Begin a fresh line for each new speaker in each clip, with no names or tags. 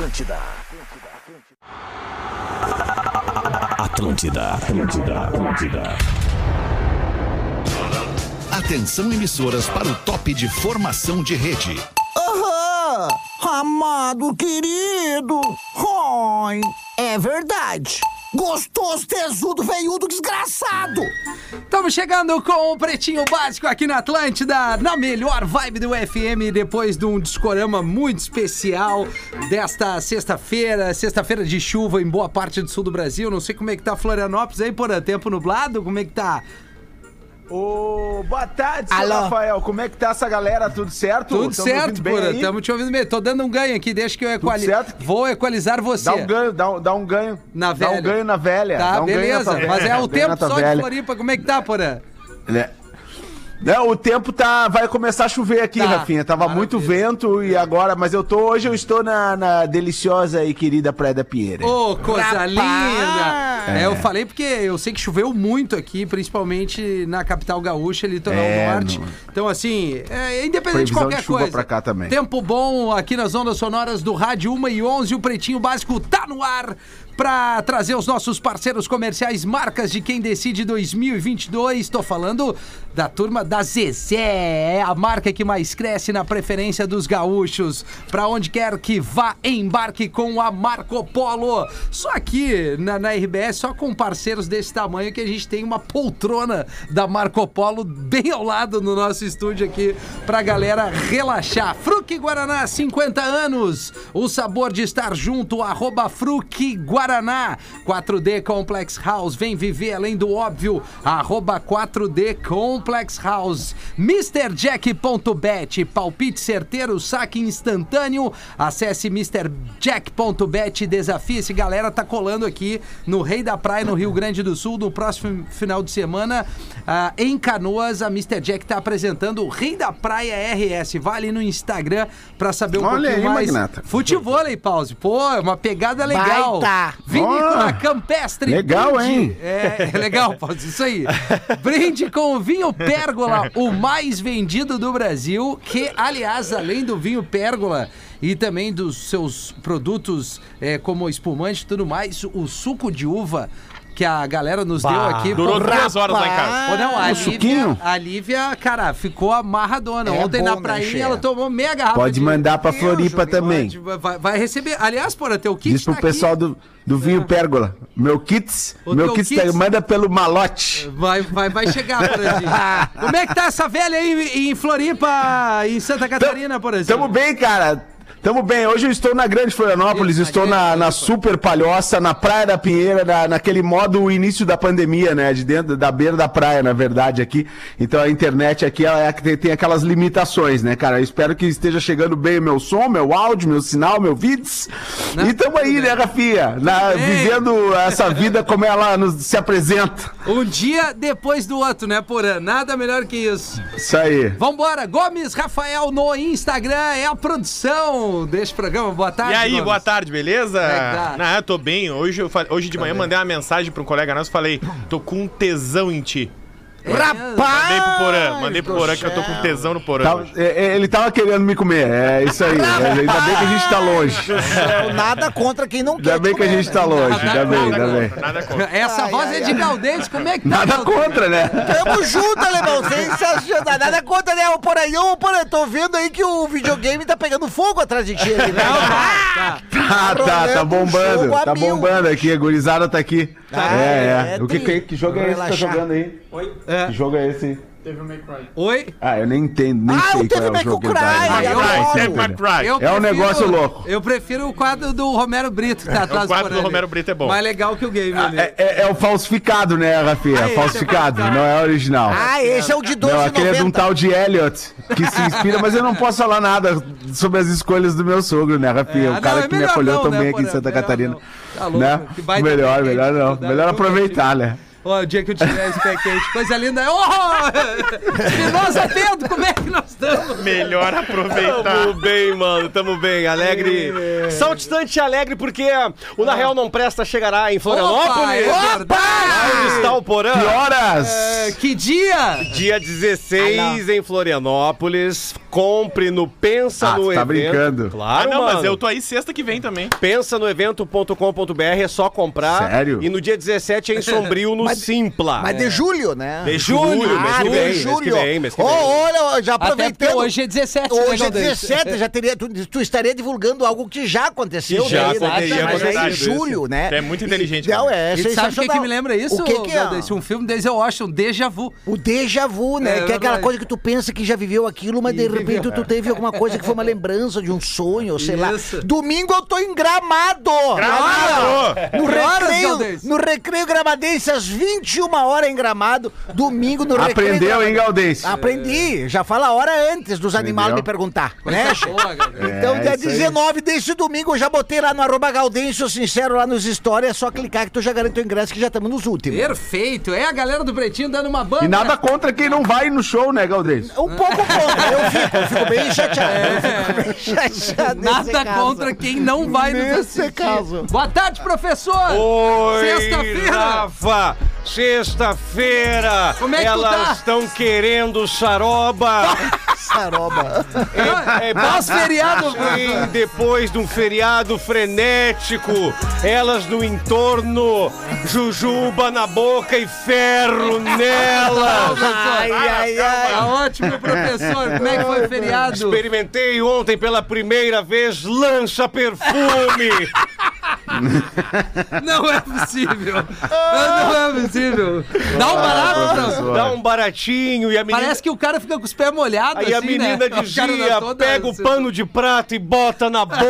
Atlântida. Atlântida, Atlântida, Atlântida.
Atenção emissoras para o top de formação de rede.
Aham! Amado querido! Oi! É verdade! Gostoso, tesudo, veiudo, desgraçado!
Estamos chegando com o Pretinho Básico aqui na Atlântida, na melhor vibe do FM, depois de um discorama muito especial desta sexta-feira, sexta-feira de chuva em boa parte do sul do Brasil. Não sei como é que tá Florianópolis aí, por tempo nublado, como é que tá?
Ô, boa tarde, seu
Alô.
Rafael. Como é que tá essa galera? Tudo certo?
Tudo
Tão me
certo,
ouvindo bem
Porã.
aí?
Estamos te ouvindo bem. Tô dando um ganho aqui, deixa que eu equalizar.
certo?
Vou equalizar você.
Dá um ganho, dá um, dá um ganho.
Na
dá
velha.
um ganho na velha.
Tá,
dá um ganho na
beleza.
tua velha,
Mas é
dá um
o
ganho na
tempo
tua
só de
velha.
Floripa. Como é que tá, Porã?
Né? Não, o tempo tá, vai começar a chover aqui,
Tá.
Rafinha. Tava muito vento e agora, mas eu tô hoje eu estou na, na deliciosa e querida Praia da Pieira.
Ô, coisa
Rapaz!
linda! É, eu falei porque eu sei que choveu muito aqui, principalmente na capital gaúcha, litoral
É,
norte.
no-
Então, assim, é, independente de
Previsão
qualquer
de chuva
coisa.
pra cá também.
Tempo bom aqui nas ondas sonoras do Rádio 1 e 11, o Pretinho Básico tá no ar pra trazer os nossos parceiros comerciais, marcas de quem decide 2022. Tô falando da turma da Zezé, é a marca que mais cresce na preferência dos gaúchos. Pra onde quer que vá, embarque com a Marco Polo. Só aqui na, na RBS, só com parceiros desse tamanho que a gente tem uma poltrona da Marco Polo bem ao lado no nosso estúdio aqui pra galera relaxar. Fruque Guaraná, 50 anos. O sabor de estar junto, arroba Fruque Guaraná. 4D Complex House, vem viver além do óbvio, arroba 4D Complex House. MrJack.bet, palpite certeiro, saque instantâneo. Acesse MrJack.bet e desafie esse galera tá colando aqui no Rei da Praia, no Rio Grande do Sul, no próximo final de semana. Ah, em Canoas, a Mr. Jack tá apresentando o Rei da Praia RS. Vai ali no Instagram pra saber um
Olha
pouquinho
aí,
mais.
Magnata.
Futebol aí, pause. Pô, é uma pegada legal.
Baita.
Vinícola
Ah,
Campestre.
legal, hein?
É, é legal, pause. Isso aí. Brinde com o vinho Pérgola, o mais vendido do Brasil, que, aliás, além do vinho Pérgola e também dos seus produtos eh, como espumante e tudo mais, o suco de uva que a galera nos deu aqui.
Durou
pô,
duas horas lá em casa.
Ô, não, a Lívia,
Um suquinho?
a Lívia, cara, ficou amarradona.
É
Ontem
bom,
na
né,
prainha
Xê?
ela tomou meia garrafa.
Pode
de-
mandar pra Floripa
Pode,
também.
vai, vai receber. Aliás, porra, teu kit
Diz pro
tá Ah.
pessoal do, do vinho Pérgola. Meu kits,
O
meu
teu
kits, tá-
kits.
manda pelo malote.
aqui. Vai, vai, vai chegar, Porazinho. Como é que tá essa velha aí em Floripa, em Santa Catarina, Porazinho?
Tamo bem, cara. Tamo bem. Hoje eu estou na Grande Florianópolis,
Isso,
estou
na
na,
Grande
na
Floripa.
Super Palhoça, na Praia da Pinheira, na- naquele modo o início da pandemia, né? De dentro da beira da praia, na verdade, aqui. Então a internet aqui ela é a que tem, tem aquelas limitações, né, cara? Eu espero que esteja chegando bem o meu som, meu áudio, meu sinal, meu vídeos.
Não,
E tamo aí,
tudo
né, Rafinha? Na-
bem.
vivendo essa vida como ela nos- se apresenta.
Um dia depois do outro, né, Porã? Nada melhor que isso.
Isso aí.
Vambora, Gomes Rafael no Instagram, é a produção deste programa. Boa tarde,
E aí,
Gomes.
boa tarde, beleza?
Como é que tá?
Ah, eu tô bem. Hoje, eu fa- hoje de manhã mandei uma mensagem pra um colega nosso e falei: tô com um tesão em ti.
É,
Rapaz!
Mandei pro Porã, mandei pro Porã que eu tô com tesão no Porã.
Tava-
hoje.
é- é- ele tava querendo me comer, é isso aí. É, ainda bem que a gente tá longe.
Céu, Nada contra quem não quer.
Ainda bem que a gente tá longe, ainda bem, ainda bem.
Nada contra.
Essa
Ai,
voz
ai,
é de
ai.
Galdês, como é que tá?
Nada
Galdês?
contra, né?
Tamo junto, alemão. Sensacional. Nada contra, né? Ô, por aí, ô, por aí. Tô vendo aí que o videogame tá pegando fogo atrás de ti. ali, né?
Tá, tá.
Tá, tá, tá bombando. Tá bombando aqui, a gurizada tá aqui. É, é. O que, que, que jogo é esse que tá
Relaxar.
jogando aí? Oi?
É.
Que jogo é esse?
Oi?
Ah, eu nem entendo, nem
Ah,
sei
o
qual é o
Devil
jogo
May
que ele
Cry,
tá.
eu
Ah,
Cry,
eu
Devil May
entendo.
Cry.
Eu
É um
prefiro-
negócio louco.
Eu prefiro o quadro do Romero Brito que tá atrás
o quadro do
Porã ali.
Romero Brito é bom.
Mais legal que o game ali.
É, é- é o falsificado, né, Rafinha?
Ah, é,
falsificado,
esse é
não é original.
tá.
Ah, esse é o de
Não, aquele é de um
12,90.
tal de Elliot, que se inspira, mas eu não posso falar nada sobre as escolhas do meu sogro, né, Rafinha?
É,
o cara
não, é
que me
melhor
acolheu
não,
tão
né,
bem aqui em
Porã?
Santa
Melhor
Catarina.
não. Tá louco,
né?
que baita
melhor,
presente,
melhor não.
tá
melhor
louco,
aproveitar, né?
Ó, o dia que eu tiver esse pé quente, coisa linda. Oh! E nós atendo, como é que nós estamos?
Melhor aproveitar.
Tamo bem, mano, tamo bem, alegre.
É.
Saltitante e alegre, porque o Na Real Não Presta chegará em Florianópolis.
Opa, é verdade.
Onde está o Porã?
Que horas?
É, Que dia!
Dia
Ah,
16 em Florianópolis. Compre no Pensa
Ah, tu
no
tá
Evento.
brincando.
Claro,
ah, não,
mano.
mas eu tô aí sexta que vem também.
Pensa no evento.com.br, é só comprar.
Sério?
E no dia 17 é em Sombrio, no Simpla. É.
Mas de julho, né?
De julho, mês
ah,
que
de
vem, mês que
julho.
vem, mês que
Ô,
vem.
olha, já
Até porque
aproveitando.
hoje é 17, né,
Hoje é
Galdês?
17, já teria, tu, tu estaria divulgando algo que já aconteceu.
Que já teria
Mas é em
acontecido
julho,
isso.
né?
Tu é muito inteligente,
E, não,
cara.
é
E tu sabe o que, que
sensacional.
me lembra isso?
O que, que é?
Galdês? Um filme desde eu acho, um déjà vu.
O déjà vu,
É,
né? que é aquela
verdade.
coisa que tu pensa que já viveu aquilo, mas de
E
repente
viveu. é.
tu teve alguma coisa que foi uma lembrança de um sonho, sei
Isso.
lá. Domingo eu tô em Gramado!
Gramado!
No
Que horas,
recreio,
Galdês?
no recreio gramadense, às 21 horas em Gramado. Domingo no recreio.
Aprendeu, hein,
Gramado-
Galdense?
Aprendi, já fala a hora antes dos animais me perguntar, né? che?
Boa, Galdês.
Então,
É,
dia
isso aí.
19 desse domingo, eu já botei lá no arroba Gaudêncio Sincero, lá nos stories, é só clicar que tu já garante o ingresso que já estamos nos últimos.
Perfeito. É a galera do Pretinho dando uma banda.
E nada contra quem não vai no show, né, Galdense?
Um pouco contra, eu fico, eu fico bem chateado. Eu fico bem chateado nesse
Nada
caso.
contra quem não vai nos
Nesse
assistir.
caso.
Boa tarde, professor!
Oi,
Sexta-feira!
Rafa! Sexta-feira!
Como é que tu tá?
Elas estão querendo saroba!
Saroba.
É- é-
Pós-feriado, né?
Sim, depois de um feriado frenético, elas no entorno, jujuba na boca e ferro nelas!
Ai, ai, ai.
Tá ótimo, professor. Como é que foi o feriado?
Experimentei ontem pela primeira vez lança perfume!
Não é possível. Não, não é possível. Dá um barato, professor.
Dá um baratinho e a menina.
Parece que o cara fica com os pés molhados.
Aí a
assim, né?
menina
O cara
dizia,
dá toda- assim.
pega o pano de prato e bota na boca.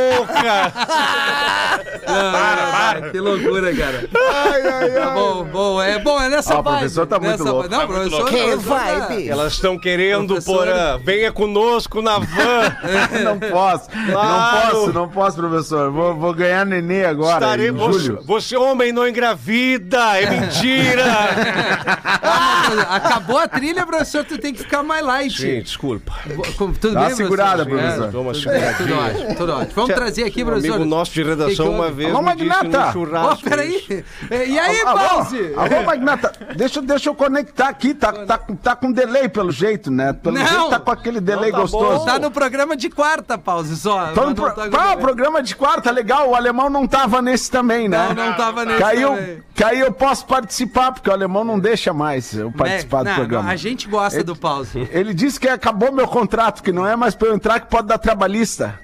Ah, Que loucura, cara. Tá bom, bom, é bom, é nessa
Ah, o
vibe.
professor tá muito
nessa
louco.
vibe. Não, professor,
Que
professor tá-
vibe.
Elas estão querendo,
Professora.
Porã, venha conosco na van.
Não posso,
Claro.
não posso, não posso, professor. Vou, vou ganhar nenê agora,
Estarei-
em
você,
julho.
você, homem, não engravida, é mentira.
Ah, Acabou a trilha, professor, tu tem que ficar mais light.
Sim, desculpa.
Com- Tudo
Dá uma
bem,
segurada,
professor?
professor.
É,
Dou uma
tudo
seguradinha.
ótimo, tudo ótimo. Vamos trazer aqui,
Um
professor.
amigo nosso de redação
Que que
uma
houve?
vez
Alô,
me disse
magnata.
num
Ó,
churrasco.
peraí. É, E
Ah,
aí, Pause?
Alô, alô, Magnata, deixa, deixa eu conectar aqui, tá, tá, com- tá com delay pelo jeito, né? Pelo
Não.
jeito tá com aquele delay
Não, tá
gostoso.
bom.
Tá no programa de quarta, Pause, só.
Tá no
mas
pro-
não tá
Ah,
com-
programa de quarta, legal, o alemão não tava nesse também, né?
Não, não tava nesse
Caiu,
também.
que aí eu posso participar, porque o alemão não deixa mais eu participar do
Né, Não,
programa. É.
não, a gente gosta do Pause.
Ele disse que acabou meu contrato, que não é mais pra eu entrar, que pode dar trabalhista.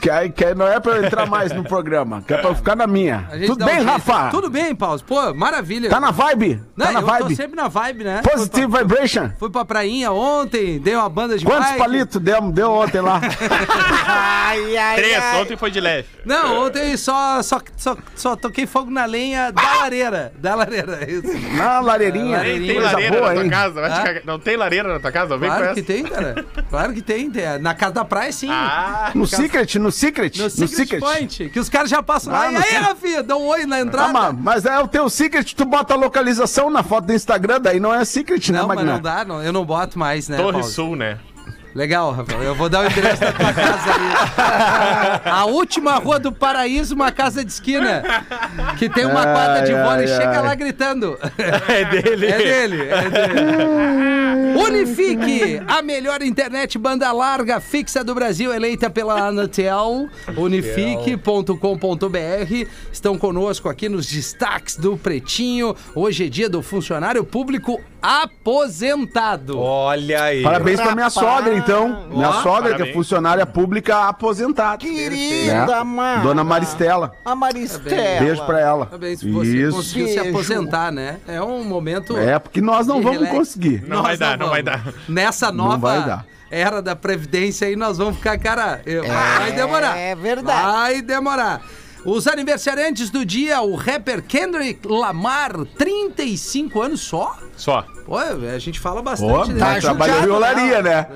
que, aí, que aí não é pra eu entrar mais no programa, que é pra eu ficar na minha.
A gente
Tudo
dá um
bem,
jeito.
Rafa?
Tudo bem, Pause. Pô, maravilha.
Tá na vibe?
Não,
tá na
eu tô
vibe?
sempre na vibe, né?
Positive vibration?
Fui pra prainha ontem, dei uma banda de
Quantos
bike.
palitos deu, deu ontem lá?
Ai, ai,
Três,
ai.
ontem foi de leve.
Não, ontem só, só, só, só toquei fogo na lenha
Ah!
da lareira. Da lareira, é isso.
Na lareirinha.
É,
Nem
lareirinha.
tem
Coisa
lareira
boa,
na tua
hein?
casa? Vai te
Ah?
cagar. Não tem lareira na tua casa? Vem com
Claro
essa.
que tem, cara. Claro que tem. tem. Na casa da praia, sim.
Ah,
No Secret, no Secret,
No Secret, Point, que os caras já passam lá.
Ah,
E
no
aí,
Secret.
Rafinha, dão um oi na
Ah,
entrada.
mas, mas é o teu Secret, tu bota a localização na foto do Instagram, daí não é Secret, né,
não, mas não
Magnata?
dá, não, eu não boto mais, né,
Torre
Paulo?
Sul, né?
Legal, Rafael, eu vou dar o endereço da tua casa ali. A última rua do paraíso, uma casa de esquina, que tem uma quadra de
Ai,
vôlei,
ai,
chega
ai.
lá gritando.
É dele.
É dele, é dele. Unifique, a melhor internet banda larga fixa do Brasil, eleita pela Anatel. Unifique.com.br. Estão conosco aqui nos destaques do Pretinho. Hoje é dia do funcionário público aposentado.
Olha aí.
Parabéns pra minha sogra, então. Minha sogra, que é
parabéns.
funcionária pública aposentada. Né?
Querida, mano.
Dona Maristela.
A Maristela.
Ela.
Beijo pra ela.
Parabéns, você
Isso.
conseguiu se
Beijo.
aposentar, né? É um momento.
É, porque nós não
de
vamos
relax.
conseguir.
Não vai dar, não vai
vamos.
dar.
Nessa
Não
nova
vai dar.
era da Previdência aí, nós vamos ficar, cara. eu- vai demorar.
é verdade.
Vai demorar. Os aniversariantes do dia, o rapper Kendrick Lamar, 35 anos só?
Só.
Pô, a gente fala
Ó,
bastante
tá
dele.
trabalhando em
judiado,
olaria, né?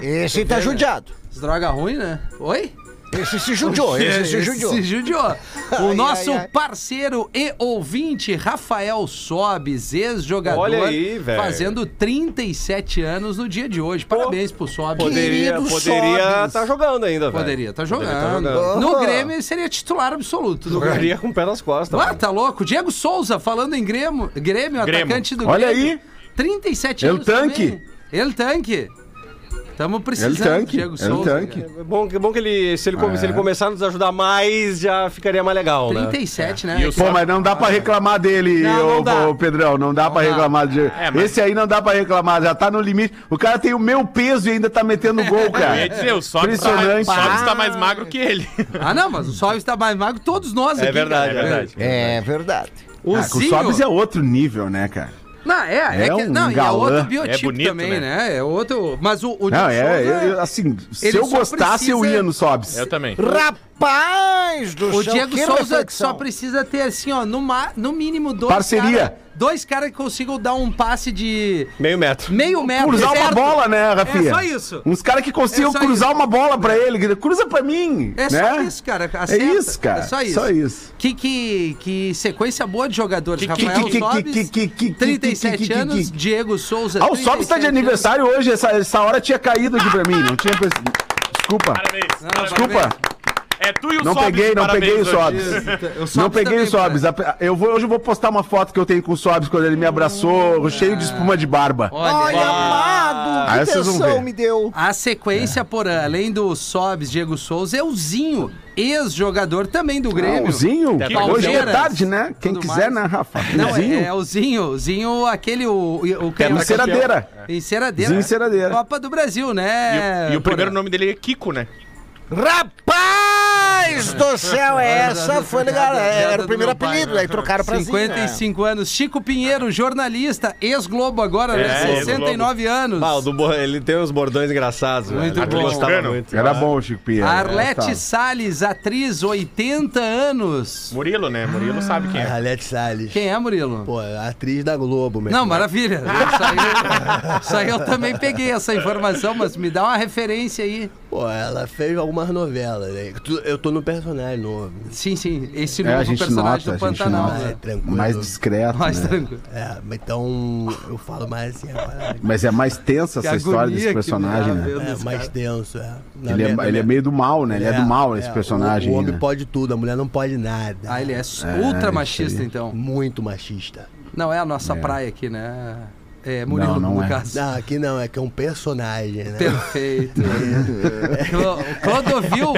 É,
Esse tá judiado.
droga ruim, né? Oi?
Esse se judiou,
É
esse se judiou.
Se judiou. O
ai,
nosso
ai.
parceiro e ouvinte, Rafael Sobes, ex-jogador,
Olha aí, velho.
fazendo 37 anos no dia de hoje. Parabéns pro Sobes.
Poderia
Querido
poderia
Sobis.
tá jogando ainda, velho.
Poderia estar jogando.
Poderia tá jogando.
No Grêmio ele seria titular absoluto. do Grêmio.
Jogaria com o pé nas costas.
Ah, tá louco. Diego Souza falando em Grêmio, Grêmio,
Grêmio.
atacante do
Olha
Grêmio.
aí.
37
El
anos também.
Tanque.
Ele tanque. Tamo precisando
Ele tanque,
Diego
ele
Souza.
tanque.
É Bom, que- bom que ele, se ele, come-
É.
se ele começar a nos ajudar mais, já ficaria mais legal, né?
37, né?
E o
Pô, mas não dá pra reclamar dele,
Não, não
ô,
dá.
ô, Pedrão. Não Ah. dá pra
dá.
reclamar de.
É,
mas-
Esse aí não dá pra reclamar, já tá no limite. O cara tem o meu peso e ainda tá metendo gol,
Eu
cara.
ia dizer, o Sobs tá,
Impressionante.
mais- Sobs tá mais magro que ele.
Ah, não, mas o Sobis está mais magro que todos nós aqui.
verdade,
cara.
é verdade.
É verdade.
O
Ah, com o
Zinho...
Sobs é outro nível, né, cara?
Não, é, é,
É
que-
um
não, e é
galã.
outro biotipo
É bonito,
também, né?
né?
É outro... Mas o, o
Não,
Diego
é.
Souza-
eu- eu, assim, se
ele
eu
só
gostasse, eu
precisa-
ia no Sobs.
Eu também.
Rapaz do
O
céu,
Diego
que
Souza
reflexão.
só precisa ter, assim, ó, no, ma- no mínimo dois
Parceria.
cara- dois caras que consigam dar um passe de
Meio metro.
meio metro.
Cruzar uma
certo.
bola, né, Rafinha?
É só isso.
Uns caras que consigam
É só
cruzar uma bola pra ele. que Cruza pra mim.
É
né?
só isso, cara.
É
acerta.
isso, cara.
É só isso.
Só isso.
Que, que, que sequência boa de jogadores.
Que- que-
Rafael
que- que-
Sobis,
que- que- que- que-
37
que- que-
anos.
que-
Diego Souza,
Ah, o Sobs tá de
37
aniversário hoje. Essa, essa hora tinha caído aqui pra mim. Não tinha. perce- Desculpa.
Parabéns.
anos.
parabéns.
Desculpa.
É tu e o
Não
Sobs,
peguei, não
parabéns
peguei o
hoje.
Sobs.
então, O Sobs
Não peguei
também,
o Sobs. Ape- Eu vou, hoje eu vou postar uma foto que eu tenho com o Sobs quando ele me abraçou, cheio de espuma de barba.
Olha,
Olha,
aí.
amado,
Aí
que
vocês vão
tensão
ver.
me deu.
A sequência,
É.
porã, além do Sobs, Diego Souza, é o Zinho, ex-jogador também
Ah,
do Grêmio.
Grêmiozinho, hoje
Até
é
Palmeiras,
tarde, né? Quem
tudo
quiser,
mais.
né, Rafa?
Não,
Zinho.
é, é o Zinho. O Zinho, aquele, o... o, o
Era enceradeira.
Em Ceradeira.
Zinho Ceradeira.
Copa do Brasil,
E,
né?
o- e o
Porã?
primeiro nome dele é Kiko, né?
Rapaz do céu,
é,
essa foi legal. Era o primeiro
do meu pai,
apelido,
né?
aí trocaram pra Zinho, né?
55 anos. Chico Pinheiro, jornalista, ex-Globo agora, né?
É,
69 anos.
Ah, o do bo- ele tem uns bordões engraçados,
Muito
velho. Eu
bom.
Tá
gostava
Mexicano.
muito.
Era bom, Chico Pinheiro.
é, Arlete tipo
Tá.
Salles, atriz, 80 anos.
Murilo, né? Murilo sabe quem
Ah,
é.
Arlete Salles.
Quem é, Murilo?
Pô, atriz da Globo, meu.
Não, maravilha. Isso aí, isso aí eu também peguei essa informação, mas me dá uma referência aí.
Pô, ela fez algumas novelas, né? Tu- Eu tô no personagem novo.
Sim, sim, esse
É,
novo
a gente
personagem
nota,
do
a gente
Pantanal.
nota. É
né?
Tranquilo.
Mais discreto,
Mais
né?
tranquilo.
É, mas então eu falo mais assim, rapaz.
Mas é mais tensa
Que
essa história
agonia
desse
que me dá,
personagem, né?
meu Deus,
É,
cara.
mais tenso, é. Na
Ele
minha- na
é, ele é
minha-
meio do mal, né? Ele é, do mal, esse
é,
personagem.
O, o homem
né?
pode tudo, a mulher não pode nada.
Ah, ele é, ultra machista, então.
Muito machista.
Não é a nossa praia aqui, né? É, Murilo,
Não, não
no
é.
caso.
Não, aqui não, é que é um personagem, né?
Perfeito. Clo- o Clodovil,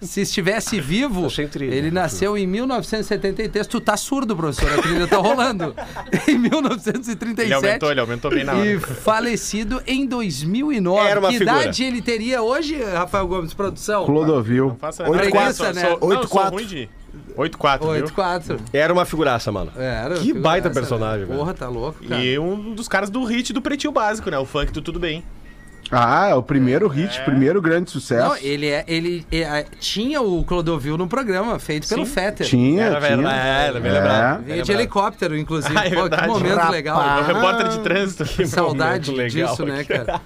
se estivesse vivo,
Achei trilha.
ele nasceu em 1973. Tu tá surdo, professor, a trilha tá rolando. Em 1937.
Ele aumentou, ele aumentou bem na hora.
E falecido em 2009.
Era uma
que
figura.
idade ele teria hoje, Rafael Gomes, produção?
Clodovil.
Faça
Oito,
Não,
quatro,
sou-
né?
sou- não,
Oito,
sou
quatro.
ruim de- 8-4, viu?
8-4.
Era uma figuraça, mano.
É, era
Que baita
figuraça,
personagem,
né?
velho.
Porra, tá louco, cara.
E um dos caras do hit do Pretinho Básico, né? O funk do Tudo Bem.
Ah, é o primeiro hit, primeiro grande sucesso.
Não, ele, é, ele é, tinha o Clodovil no programa, feito pelo Fetter.
Tinha,
Era,
tinha. É.
verdade, é, bem lembrado.
Veio de helicóptero, inclusive.
É Ah, é
Pô, que
verdade.
momento
É
legal. Ah,
o repórter de trânsito.
Que saudade disso, né, cara?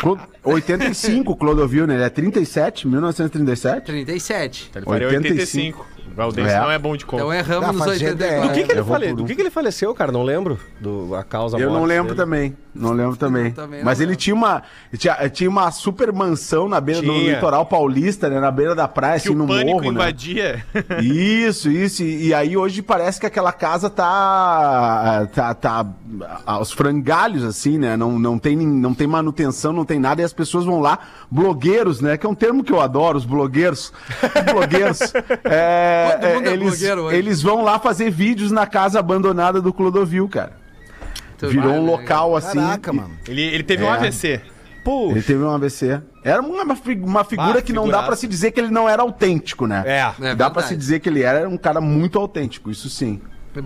Clo- 85, Clodovil, né? Ele é 37, 1937.
37.
Ele faria 85.
85.
O Valdez
É.
não é bom de conta.
Então
Tá
erramos nos
fazendo
84.
Do que, que ele
Eu vou
fale...
por um.
Do que, que ele faleceu, cara? Não lembro. Do... A causa
Eu não
morte
lembro
dele.
também, não lembro também.
também não
Mas ele
lembro.
tinha uma, tinha, tinha uma super mansão na beira do
Tinha.
litoral paulista, né? Na beira da praia,
que
assim, no
o pânico
morro, né?
invadia.
Isso, isso. E e aí hoje parece que aquela casa tá. tá, tá aos frangalhos, assim, né? Não, não, tem, nem- não tem manutenção, não tem nada. E as pessoas vão lá, blogueiros, né? Que é um termo que eu adoro, os blogueiros. Os blogueiros. é,
Todo mundo é
eles,
blogueiro hoje.
eles vão lá fazer vídeos na casa abandonada do Clodovil, cara.
Tu
Virou
vai,
um
né,
local assim.
Caraca,
e-
mano.
Ele, ele teve
É.
um AVC. Pô,
Ele teve um AVC. Era uma, fi- uma figura
Ah,
que não dá
figuraça.
pra se dizer que ele não era autêntico, né?
É.
É
Dá pra
verdade.
se dizer que ele era um cara muito autêntico, isso sim.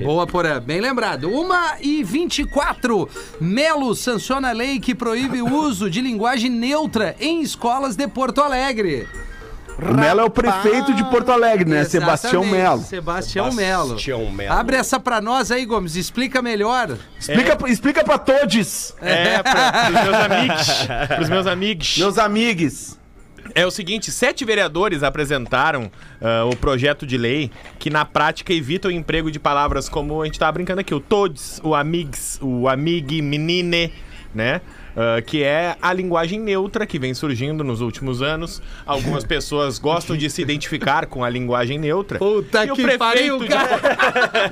Boa, Porã. Bem lembrado. 1 e 24. Melo sanciona a lei que proíbe o uso de linguagem neutra em escolas de Porto Alegre.
O Melo é o prefeito de Porto Alegre, né? Sebastião
Exatamente,
Melo.
Sebastião Melo.
Sebastião Melo.
Abre essa pra nós aí, Gomes. Explica melhor.
Explica, explica pra todos,
é, pra, pros meus amigos. Pros meus amigos.
meus amigos.
É o seguinte, sete vereadores apresentaram ah, o projeto de lei que na prática evita o emprego de palavras como a gente tava brincando aqui, o todes, o amigs, o amig, menine, né? Ah, que é a linguagem neutra que vem surgindo nos últimos anos. Algumas pessoas gostam de se identificar com a linguagem neutra.
Puta
E o
que
prefeito
pariu,
de-
cara.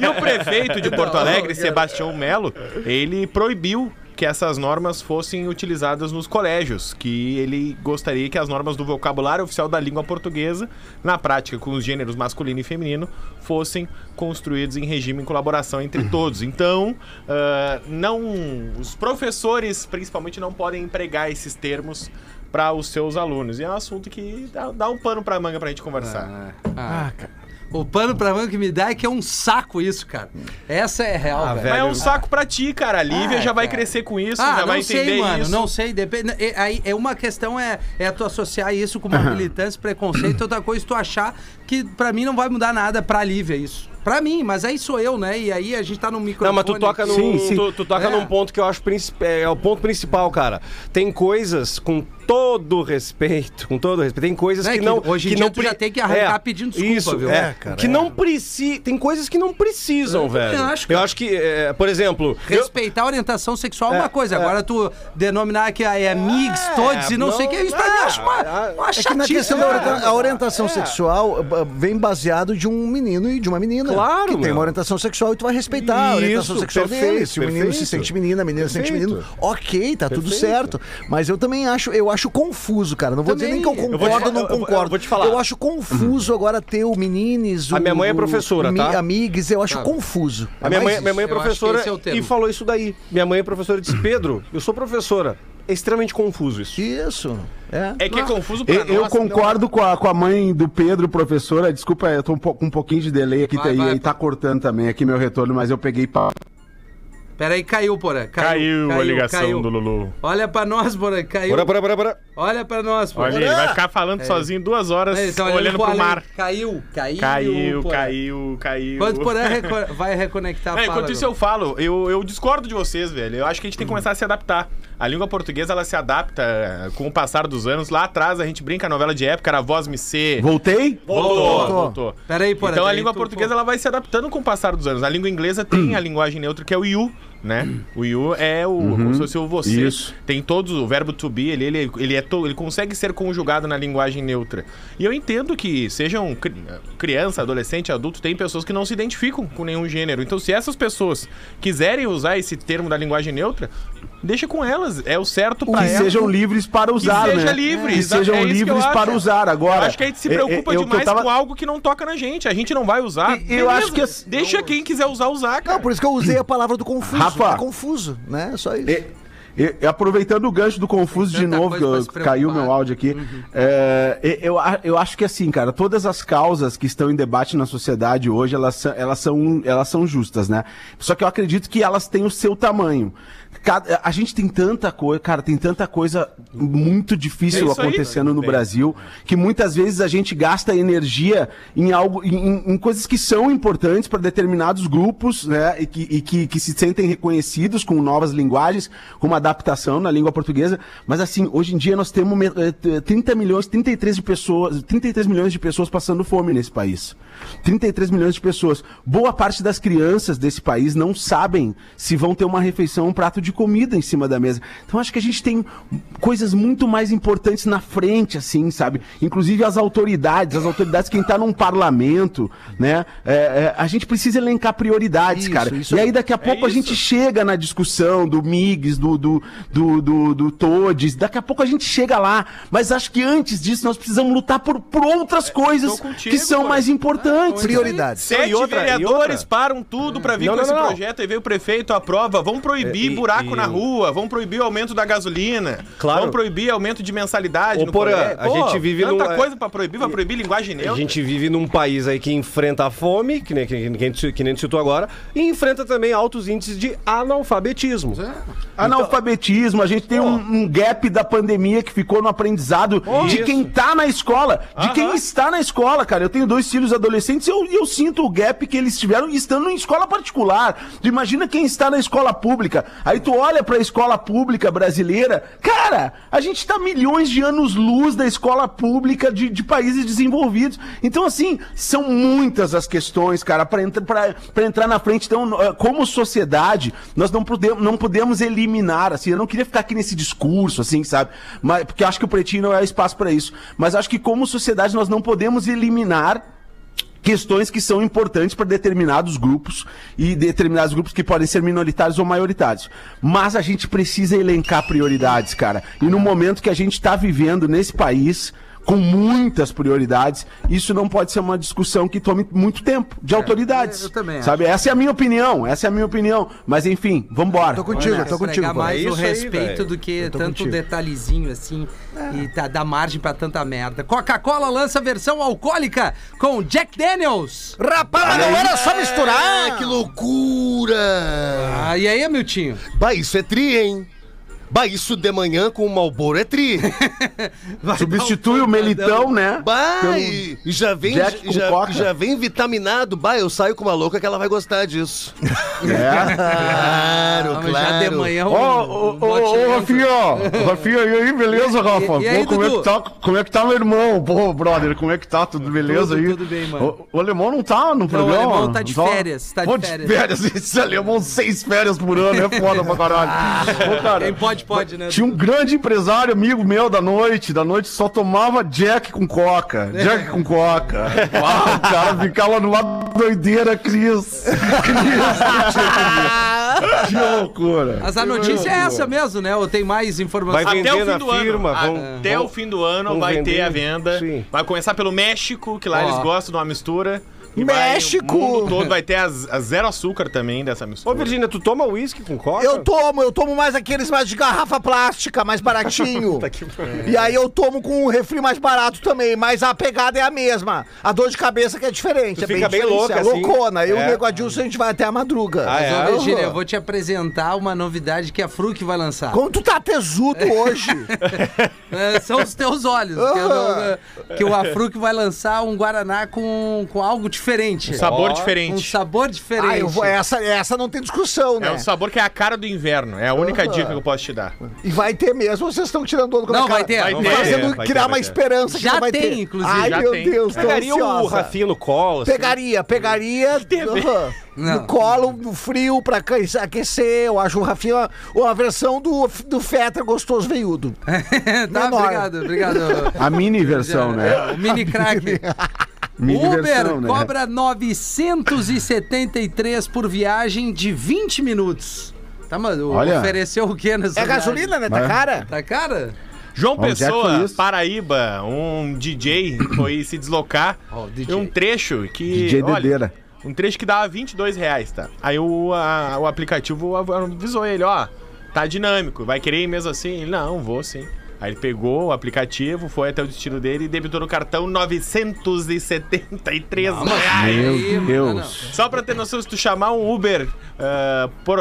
e o prefeito de Porto Alegre, Sebastião Melo, ele proibiu que essas normas fossem utilizadas nos colégios, que ele gostaria que as normas do vocabulário oficial da língua portuguesa, na prática com os gêneros masculino e feminino, fossem construídos em regime em colaboração entre todos. Então, ah, não, os professores principalmente não podem empregar esses termos para os seus alunos. E é um assunto que dá, dá um pano para manga para a gente conversar.
Ah, O pano pra manga que me dá é que é um saco isso, cara. Essa é real, velho.
Mas é um saco pra ti, Ah, cara. A Lívia já vai crescer com isso,
Ah,
já
não
vai entender
sei, mano,
isso.
não sei. Depende, é- aí é uma questão é, é tu associar isso com uma militância, preconceito, outra coisa tu achar que pra mim não vai mudar nada pra Lívia é isso. Pra mim, mas aí sou eu, né? E aí a gente tá no microfone.
Não, mas tu toca,
aqui.
num,
Sim, sim.
Tu, tu toca
É.
num ponto que eu acho princip- é o ponto principal, cara. Tem coisas com todo respeito, com todo respeito, tem coisas
É
que,
que
não
hoje em
que
dia
não É,
tu já tem que arrancar pedindo desculpa,
isso,
viu?
É,
É, cara,
que não precisa, tem coisas que não precisam, velho.
acho,
eu
cara.
acho que, é, por exemplo, eu-
Respeitar a orientação sexual é
É,
uma coisa.
é.
Agora tu denominar que aí é mix, todos e não, sei o que. Isso pra mim eu acho uma, uma
É que na
chatice.
questão da orienta-
né?
a
É.
orientação sexual b- vem baseado de um menino e de uma menina.
Claro,
Que tem
meu.
uma orientação sexual e tu vai respeitar a
Isso,
orientação sexual
perfeito,
dele. Se o menino se
perfeito.
sente menina, a menina se sente
Perfeito.
menino. Ok, tá tudo
Perfeito.
certo. Mas eu também acho, eu acho confuso, cara. Não vou dizer nem
Também.
que eu
Eu
vou te
concordo ou
fa-
não
eu vou- eu
concordo.
vou te falar.
Eu acho confuso agora ter o menines,
A
o-
minha mãe é
o-
professora,
o mi-
tá?
Amigues, eu acho confuso.
A minha,
Mas
mãe,
isso.
minha mãe é
Eu acho que
professora
esse é o termo.
e falou isso daí. Minha mãe é professora e disse: Pedro, eu sou professora. É extremamente confuso isso.
Isso. É.
É que é confuso pra
Eu, eu
nós,
concordo com a, com a mãe do Pedro, professora. Desculpa, eu tô um pouco- com um pouquinho de delay aqui,
Vai,
tá, aí,
vai,
aí tá cortando também aqui meu retorno, mas eu peguei pau.
Peraí, caiu, Porã.
Caiu, a ligação do Lulu.
Olha pra nós, Porã. Caiu.
Bora, bora, bora, bora.
Olha pra nós, Porã.
Olha, ele vai ficar falando sozinho duas horas,
Eles tão
olhando
tá pro
pro
além.
mar.
Caiu, caiu.
Caiu,
Porã.
caiu, caiu.
Quando o Porã reco- vai reconectar a
É,
fala,
enquanto isso
meu.
eu falo, eu, eu discordo de vocês, velho. Eu acho que a gente tem que começar a se adaptar. A língua portuguesa, ela se adapta eh, com o passar dos anos. Lá atrás, a gente brinca, a novela de época era Voz Me Ser.
Voltei?
Voltou,
Voltou.
voltou.
Peraí, Porã,
Então a
daí
língua
tu-
portuguesa ela vai se adaptando com o passar dos anos. A língua inglesa tem a linguagem neutra que é o you, né? O you é o como se fosse o você.
Isso.
Tem todos o verbo to be, ele ele, ele é to- ele consegue ser conjugado na linguagem neutra. E eu entendo que sejam cri- criança, adolescente, adulto, tem pessoas que não se identificam com nenhum gênero. Então se essas pessoas quiserem usar esse termo da linguagem neutra, deixa com elas, é o certo para
Que
elas.
sejam livres para usar,
seja
né?
livre,
Que
exa-
sejam
é isso que eu
livres
acho.
para usar
Eu
agora.
acho que a gente se
É, é,
preocupa
é o que eu
demais
tava-
com algo que não toca na gente. A gente não vai usar.
E- eu acho que as-
Deixa quem quiser usar, usar, cara.
Não, por isso que eu usei a palavra do confuso.
Rafa.
É confuso, né? Só isso.
E- e- e aproveitando o gancho do Confuso
Tem
de
tanta
novo,
coisa pra se
que eu- caiu
preocupar. Uhum.
meu áudio aqui. é, e- eu, a- eu acho que assim, cara, todas as causas que estão em debate na sociedade hoje, elas, são- elas, são, um, elas são justas, né? Só que eu acredito que elas têm o seu tamanho. Cada- a gente tem tanta coisa, cara, tem tanta coisa muito
É
difícil
isso aí. É.
acontecendo no
Tem.
Brasil que muitas vezes a gente gasta energia em algo, em, em- em coisas que são importantes para determinados grupos, né? E, que, e que, que se sentem reconhecidos com novas linguagens, com uma adaptação na língua portuguesa. Mas assim, hoje em dia nós temos me- eh, t- 30 milhões, 33 de pessoas, 33 milhões de pessoas passando fome nesse país. 33 milhões de pessoas. Boa parte das crianças desse país não sabem se vão ter uma refeição, um prato de comida em cima da mesa. Então acho que a gente tem coisas muito mais importantes na frente, assim, sabe? Inclusive as autoridades, as autoridades, quem tá num parlamento, né? É, é, a gente precisa elencar prioridades,
Isso,
cara.
isso
e aí daqui a pouco a
isso.
gente chega na discussão do MIGS, do, do, do, do, do Todes, daqui a pouco a gente chega lá. Mas acho que antes disso nós precisamos lutar por, por outras coisas
É, contigo,
que são
pô.
mais importantes.
é.
Prioridades.
Sete
E outra, e
vereadores
outra?
param tudo pra vir
Não,
com
não,
esse
não.
projeto e veio o prefeito aprova. Vão proibir
É, e-
buraco
e-
na rua, vão proibir o aumento da gasolina,
Claro.
vão proibir aumento de mensalidade
Ô, Porã,
colégio.
a gente vive
tanta
num-
coisa pra proibir, vai proibir linguagem neutra.
A gente vive num país aí que enfrenta a fome, que nem, que,
É.
que, que nem tu citou agora, e enfrenta também altos índices de analfabetismo.
Analfabetismo analfabetismo, a gente tem um, um gap da pandemia que ficou no aprendizado de
Isso.
quem tá na escola, de quem está na escola, cara. Eu tenho dois filhos adolescentes e eu, e eu sinto o gap que eles tiveram estando em escola particular. Tu imagina quem está na escola pública. Aí tu olha pra escola pública brasileira, cara, a gente tá milhões de anos-luz da escola pública de, de países desenvolvidos. Então, assim, são muitas as questões, cara, pra entra- pra- pra entrar na frente. Então, eh, como sociedade, nós não podemos, não podemos eliminar, assim, eu não queria ficar aqui nesse discurso, assim, sabe? Mas, porque eu acho que o pretinho não é espaço pra isso. Mas acho que como sociedade nós não podemos eliminar questões que são importantes para determinados grupos e determinados grupos que podem ser minoritários ou maioritários. Mas a gente precisa elencar prioridades, cara. E no momento que a gente está vivendo nesse país com muitas prioridades, isso não pode ser uma discussão que tome muito tempo de autoridades.
É, eu também acho.
Sabe? Essa é a minha opinião, essa é a minha opinião, mas enfim, vambora.
Tô contigo, tô contigo.
Pregar
pô.
mais
É
o
isso aí,
respeito
velho.
do que
tô
tanto
contigo.
detalhezinho assim e tá, dá margem pra tanta merda. Coca-Cola lança versão alcoólica com Jack Daniels.
Rapaz, não era só
Ah,
É,
misturar.
que loucura!
Ah, e aí, Miltinho?
Bah, isso é tri, hein? Bah, isso de manhã com o Malboro é tri.
Substitui
um
o melitão, né?
Bah,
pelo
e e já vem,
Jack com
já,
coca.
já vem vitaminado. Bah, eu saio com uma louca que ela vai gostar disso.
é.
Claro,
Ah, mas
claro.
Já de manhã
Ô, ô, ô, ô, Rafinha, Rafinha, e aí, beleza, Rafa?
um e aí,
Pô, como, é
Dudu?
que tá, como é que tá meu irmão? Pô, brother, como é que tá? Tudo
Tudo,
beleza aí?
tudo bem, mano.
O, o alemão não tá no programa?
alemão tá de férias, tá de
Pô,
férias.
Esse alemão, seis férias por ano, é foda pra caralho. Pô, cara,
Quem pode, pode, né?
tinha um grande empresário, amigo meu, da noite, da noite, só tomava Jack com coca. Jack com coca. Uau, o cara ficava no lado doideira, Cris. Cris, que- que loucura.
Mas a notícia é essa mesmo, né? Ou tem mais informação?
Vai
Até o
vender
fim
na
do ano. Ah,
firma, vão-
até
vão-
o fim do ano
vão
vai
vender.
ter a venda.
Sim.
Vai começar pelo México, que lá
Ó.
eles gostam de uma mistura. E
México!
Vai, o mundo todo vai ter as- a zero açúcar também dessa
Ô,
mistura.
Virgínia, tu toma uísque com coca?
Eu tomo, eu tomo mais aqueles mais de garrafa plástica, mais baratinho. e aí eu tomo com um refri mais barato também, mas a pegada é a mesma. A dor de cabeça que é diferente.
Tu
é
fica bem
diferente,
louca,
é
assim.
loucona. Eu e
É.
o Negodilson, a gente vai até a madruga.
Ah,
Mas,
é?
ô, Virgínia,
Aham.
eu vou te apresentar uma novidade que a Fruc vai lançar.
Como tu tá tesudo hoje?
É, são os teus olhos. que, eu não- é, que o Afruc vai lançar um Guaraná com, com algo diferente. Um
Sabor
Um
diferente.
sabor diferente.
ah, eu vou, essa, essa não tem discussão,
É
né?
um sabor que é a cara do inverno. É a única dica que eu posso te dar.
E vai ter mesmo, vocês estão tirando onda com a
Não,
cara.
vai ter,
vai
Não
ter,
Fazendo
vai ter,
criar
vai
uma
ter.
esperança que
Já
não vai
tem,
ter.
inclusive,
Ai,
já
meu
tem.
Deus, tô
Pegaria o
ansiosa.
Rafinha no colo, assim.
Pegaria, pegaria aham,
Não.
no colo, no frio, pra aque- aquecer. Eu acho o Rafinha uma, uma versão do, do Feta gostoso veiudo.
tá,
menor.
obrigado, obrigado.
A mini versão, né?
O mini crack.
Mini
Uber
versão, né?
cobra 973 por viagem de 20 minutos. Tá, mano?
Olha.
Ofereceu o quê nessa
É
viagem?
gasolina, né? Tá cara?
Tá cara?
João
Onde é que foi
Pessoa,
isso?
Paraíba, um DJ foi se deslocar
Ó, o
em
DJ.
um trecho que.
DJ Dedeira.
um trecho que dava 22 reais, tá? Aí o, a- o aplicativo av- avisou ele, ó, tá dinâmico, vai querer ir mesmo assim? Ele, não, vou sim. Aí ele pegou o aplicativo, foi até o destino dele e debitou no cartão 973 reais.
Meu
Aí, mano,
Deus.
Só pra ter noção, se tu chamar um Uber ah, por,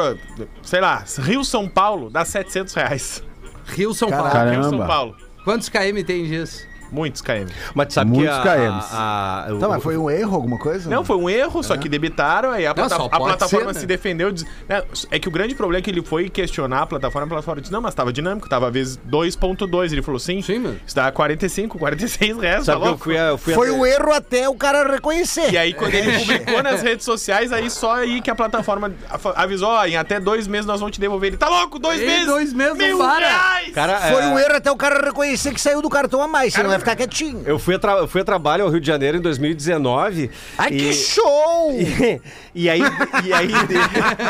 sei lá, Rio-São Paulo, dá 700 reais.
Rio São Paulo.
Caralho.
Rio-São
Caramba.
Paulo.
Quantos KM tem disso?
Muitos KM.
Mas tu sabe
Muitos
que a,
KMs.
a- a- o-
Tá, mas foi um erro, alguma coisa?
Não, foi um erro, só que debitaram, aí a, plata-
É. só
a
pode
plataforma
ser, né?
se defendeu. diz- né, É que o grande problema é que ele foi questionar a plataforma, a plataforma disse, não, mas tava dinâmico, tava vezes 2.2. Ele falou, sim,
Sim, meu.
isso dá 45, 46 reais, tá
Sabe que eu
louco?
fui, a- eu fui
Foi
a-
um erro até o cara reconhecer.
E aí, quando ele publicou nas redes sociais, aí só aí que a plataforma af- avisou, ó, em até dois meses nós vamos te devolver. Ele, tá louco, dois
Ei,
meses?
dois meses, não
mil
para.
reais!
Cara,
Foi
é,
um erro até o cara reconhecer que saiu do cartão a mais, senão vai ficar quietinho.
Eu fui a, tra- eu fui a trabalho ao Rio de Janeiro em 2019.
Ai,
e...
que show!
e aí, e aí,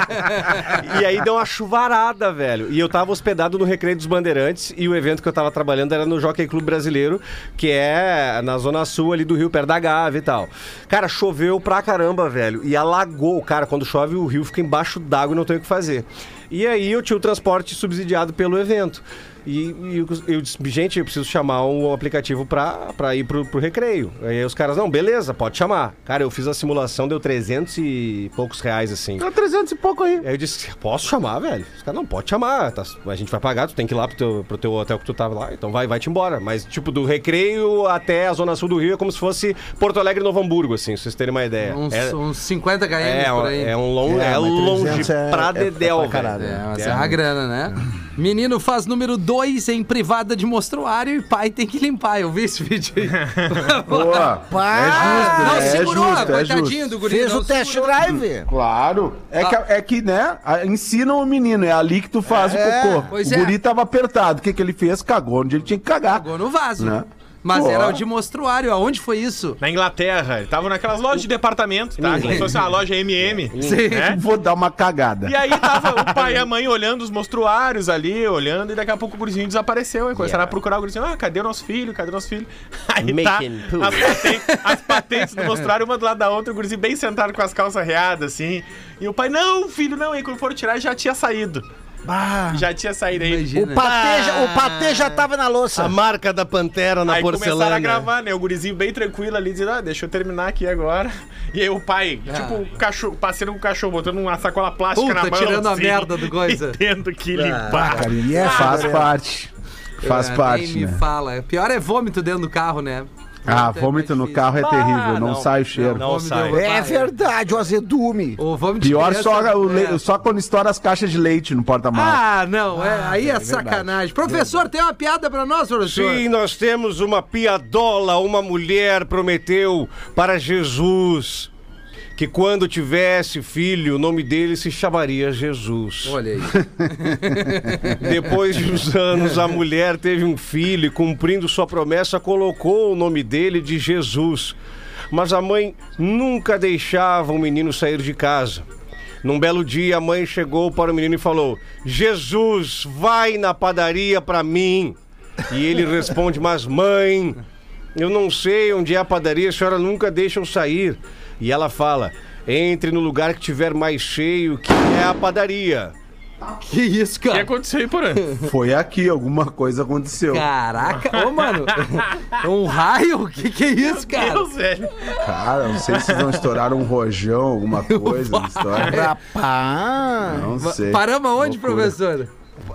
e aí deu uma chuvarada, velho. E eu tava hospedado no Recreio dos Bandeirantes e o evento que eu tava trabalhando era no Jockey Clube Brasileiro, que é na zona sul ali do Rio, perto da Gávea e tal. Cara, choveu pra caramba, velho. E alagou, cara. Quando chove, o rio fica embaixo d'água e não tem o que fazer. E aí eu tinha o transporte subsidiado pelo evento. E, e eu, eu disse, gente, eu preciso chamar um aplicativo pra, pra ir pro, pro recreio. Aí os caras, não, beleza, pode chamar. Cara, eu fiz a simulação, deu 300 e poucos reais, assim.
Tá 300 e pouco aí.
Aí eu disse, posso chamar, velho? Os caras, não, pode chamar. tá- a gente vai pagar, tu tem que ir lá pro teu, pro teu hotel que tu tava lá, então vai, vai-te embora. Mas, tipo, do recreio até a zona sul do Rio é como se fosse Porto Alegre e Novo Hamburgo, assim, pra vocês terem uma ideia.
Uns,
é,
uns 50 km
é,
por aí.
é um long, é,
É, mas
longe
300 é-
pra
é-
dedéu,
é pra caralho.
velho.
É, mas é uma grana, né? Menino faz número 2 em privada de mostruário e pai tem que limpar. Eu vi esse vídeo aí. Ah,
Boa.
não,
é justo, né?
segurou,
é justo, é
coitadinho
justo.
do guri.
Ah, Fez
não
o test
segurou.
drive.
Claro. É, que, é que, né, a- ensinam o menino, é ali que tu faz o cocô.
pois
o
é.
guri tava apertado. O que, que ele fez? Cagou onde ele tinha que cagar.
Jogou no vaso.
Né?
Mas
Pô.
era o de mostruário. Aonde foi isso?
Na Inglaterra, ele tava naquelas lojas de departamento, tá? Como se fosse uma loja MM.
Sim.
Né?
Vou dar uma cagada.
E aí tava o pai e a mãe olhando os mostruários ali, olhando, e daqui a pouco o gurizinho desapareceu. E começaram a procurar o gurizinho, ah, cadê o nosso filho? Cadê o nosso filho? Aí tá
Making poo.
as patentes, as patentes do mostruário, uma do lado da outra, o gurizinho bem sentado com as calças readas, assim. E o pai, não, filho, não. E quando foram tirar, já tinha saído. já tinha saído aí.
Imagina.
O patê, já-
Ah.
o patê já tava na louça.
A marca da Pantera na
aí começaram
porcelana.
a gravar, né? O gurizinho bem tranquilo ali, dizendo, ah, deixa eu terminar aqui agora. E aí o pai, tipo, o cachorro, passeando com o cachorro, botando uma sacola plástica
Ah. Puta,
na mão.
tirando a merda do coisa.
e Tendo que
Ah,
limpar.
Cara, e é, faz parte. Faz
Ah, nem
parte,
me
né?
fala. Pior é vômito dentro do carro, né?
Ah,
é
vômito no
difícil.
carro é terrível, não, sai o cheiro.
Não
Vômito
sai.
pai.
É verdade, o azedume.
O vômito de
Pior
criança-
só, o le-
é.
só quando estoura as caixas de leite no porta-malas.
Ah, não, é, aí é, sacanagem. Professor, tem uma piada pra nós, professor?
Sim, nós temos uma piadola. Uma mulher prometeu para Jesus que quando tivesse filho, o nome dele se chamaria Jesus.
Olha aí.
Depois de uns anos, a mulher teve um filho e, cumprindo sua promessa, colocou o nome dele de Jesus. Mas a mãe nunca deixava o menino sair de casa. Num belo dia, a mãe chegou para o menino e falou: Jesus, vai na padaria para mim. E ele responde: Mas, mãe, eu não sei onde é a padaria, a senhora nunca deixa eu sair. E ela fala: Entre no lugar que tiver mais cheio, que é a padaria.
Que isso,
O que
cara?
aconteceu aí, Porã?
Foi aqui, alguma coisa aconteceu.
Caraca, ô, mano. Um raio? Que que é isso, cara?
Meu Deus, velho.
Cara, não sei se não estouraram um rojão, alguma coisa. não estouraram.
Rapaz.
Não
Va-
sei.
Paramos aonde,
Loucura.
professor?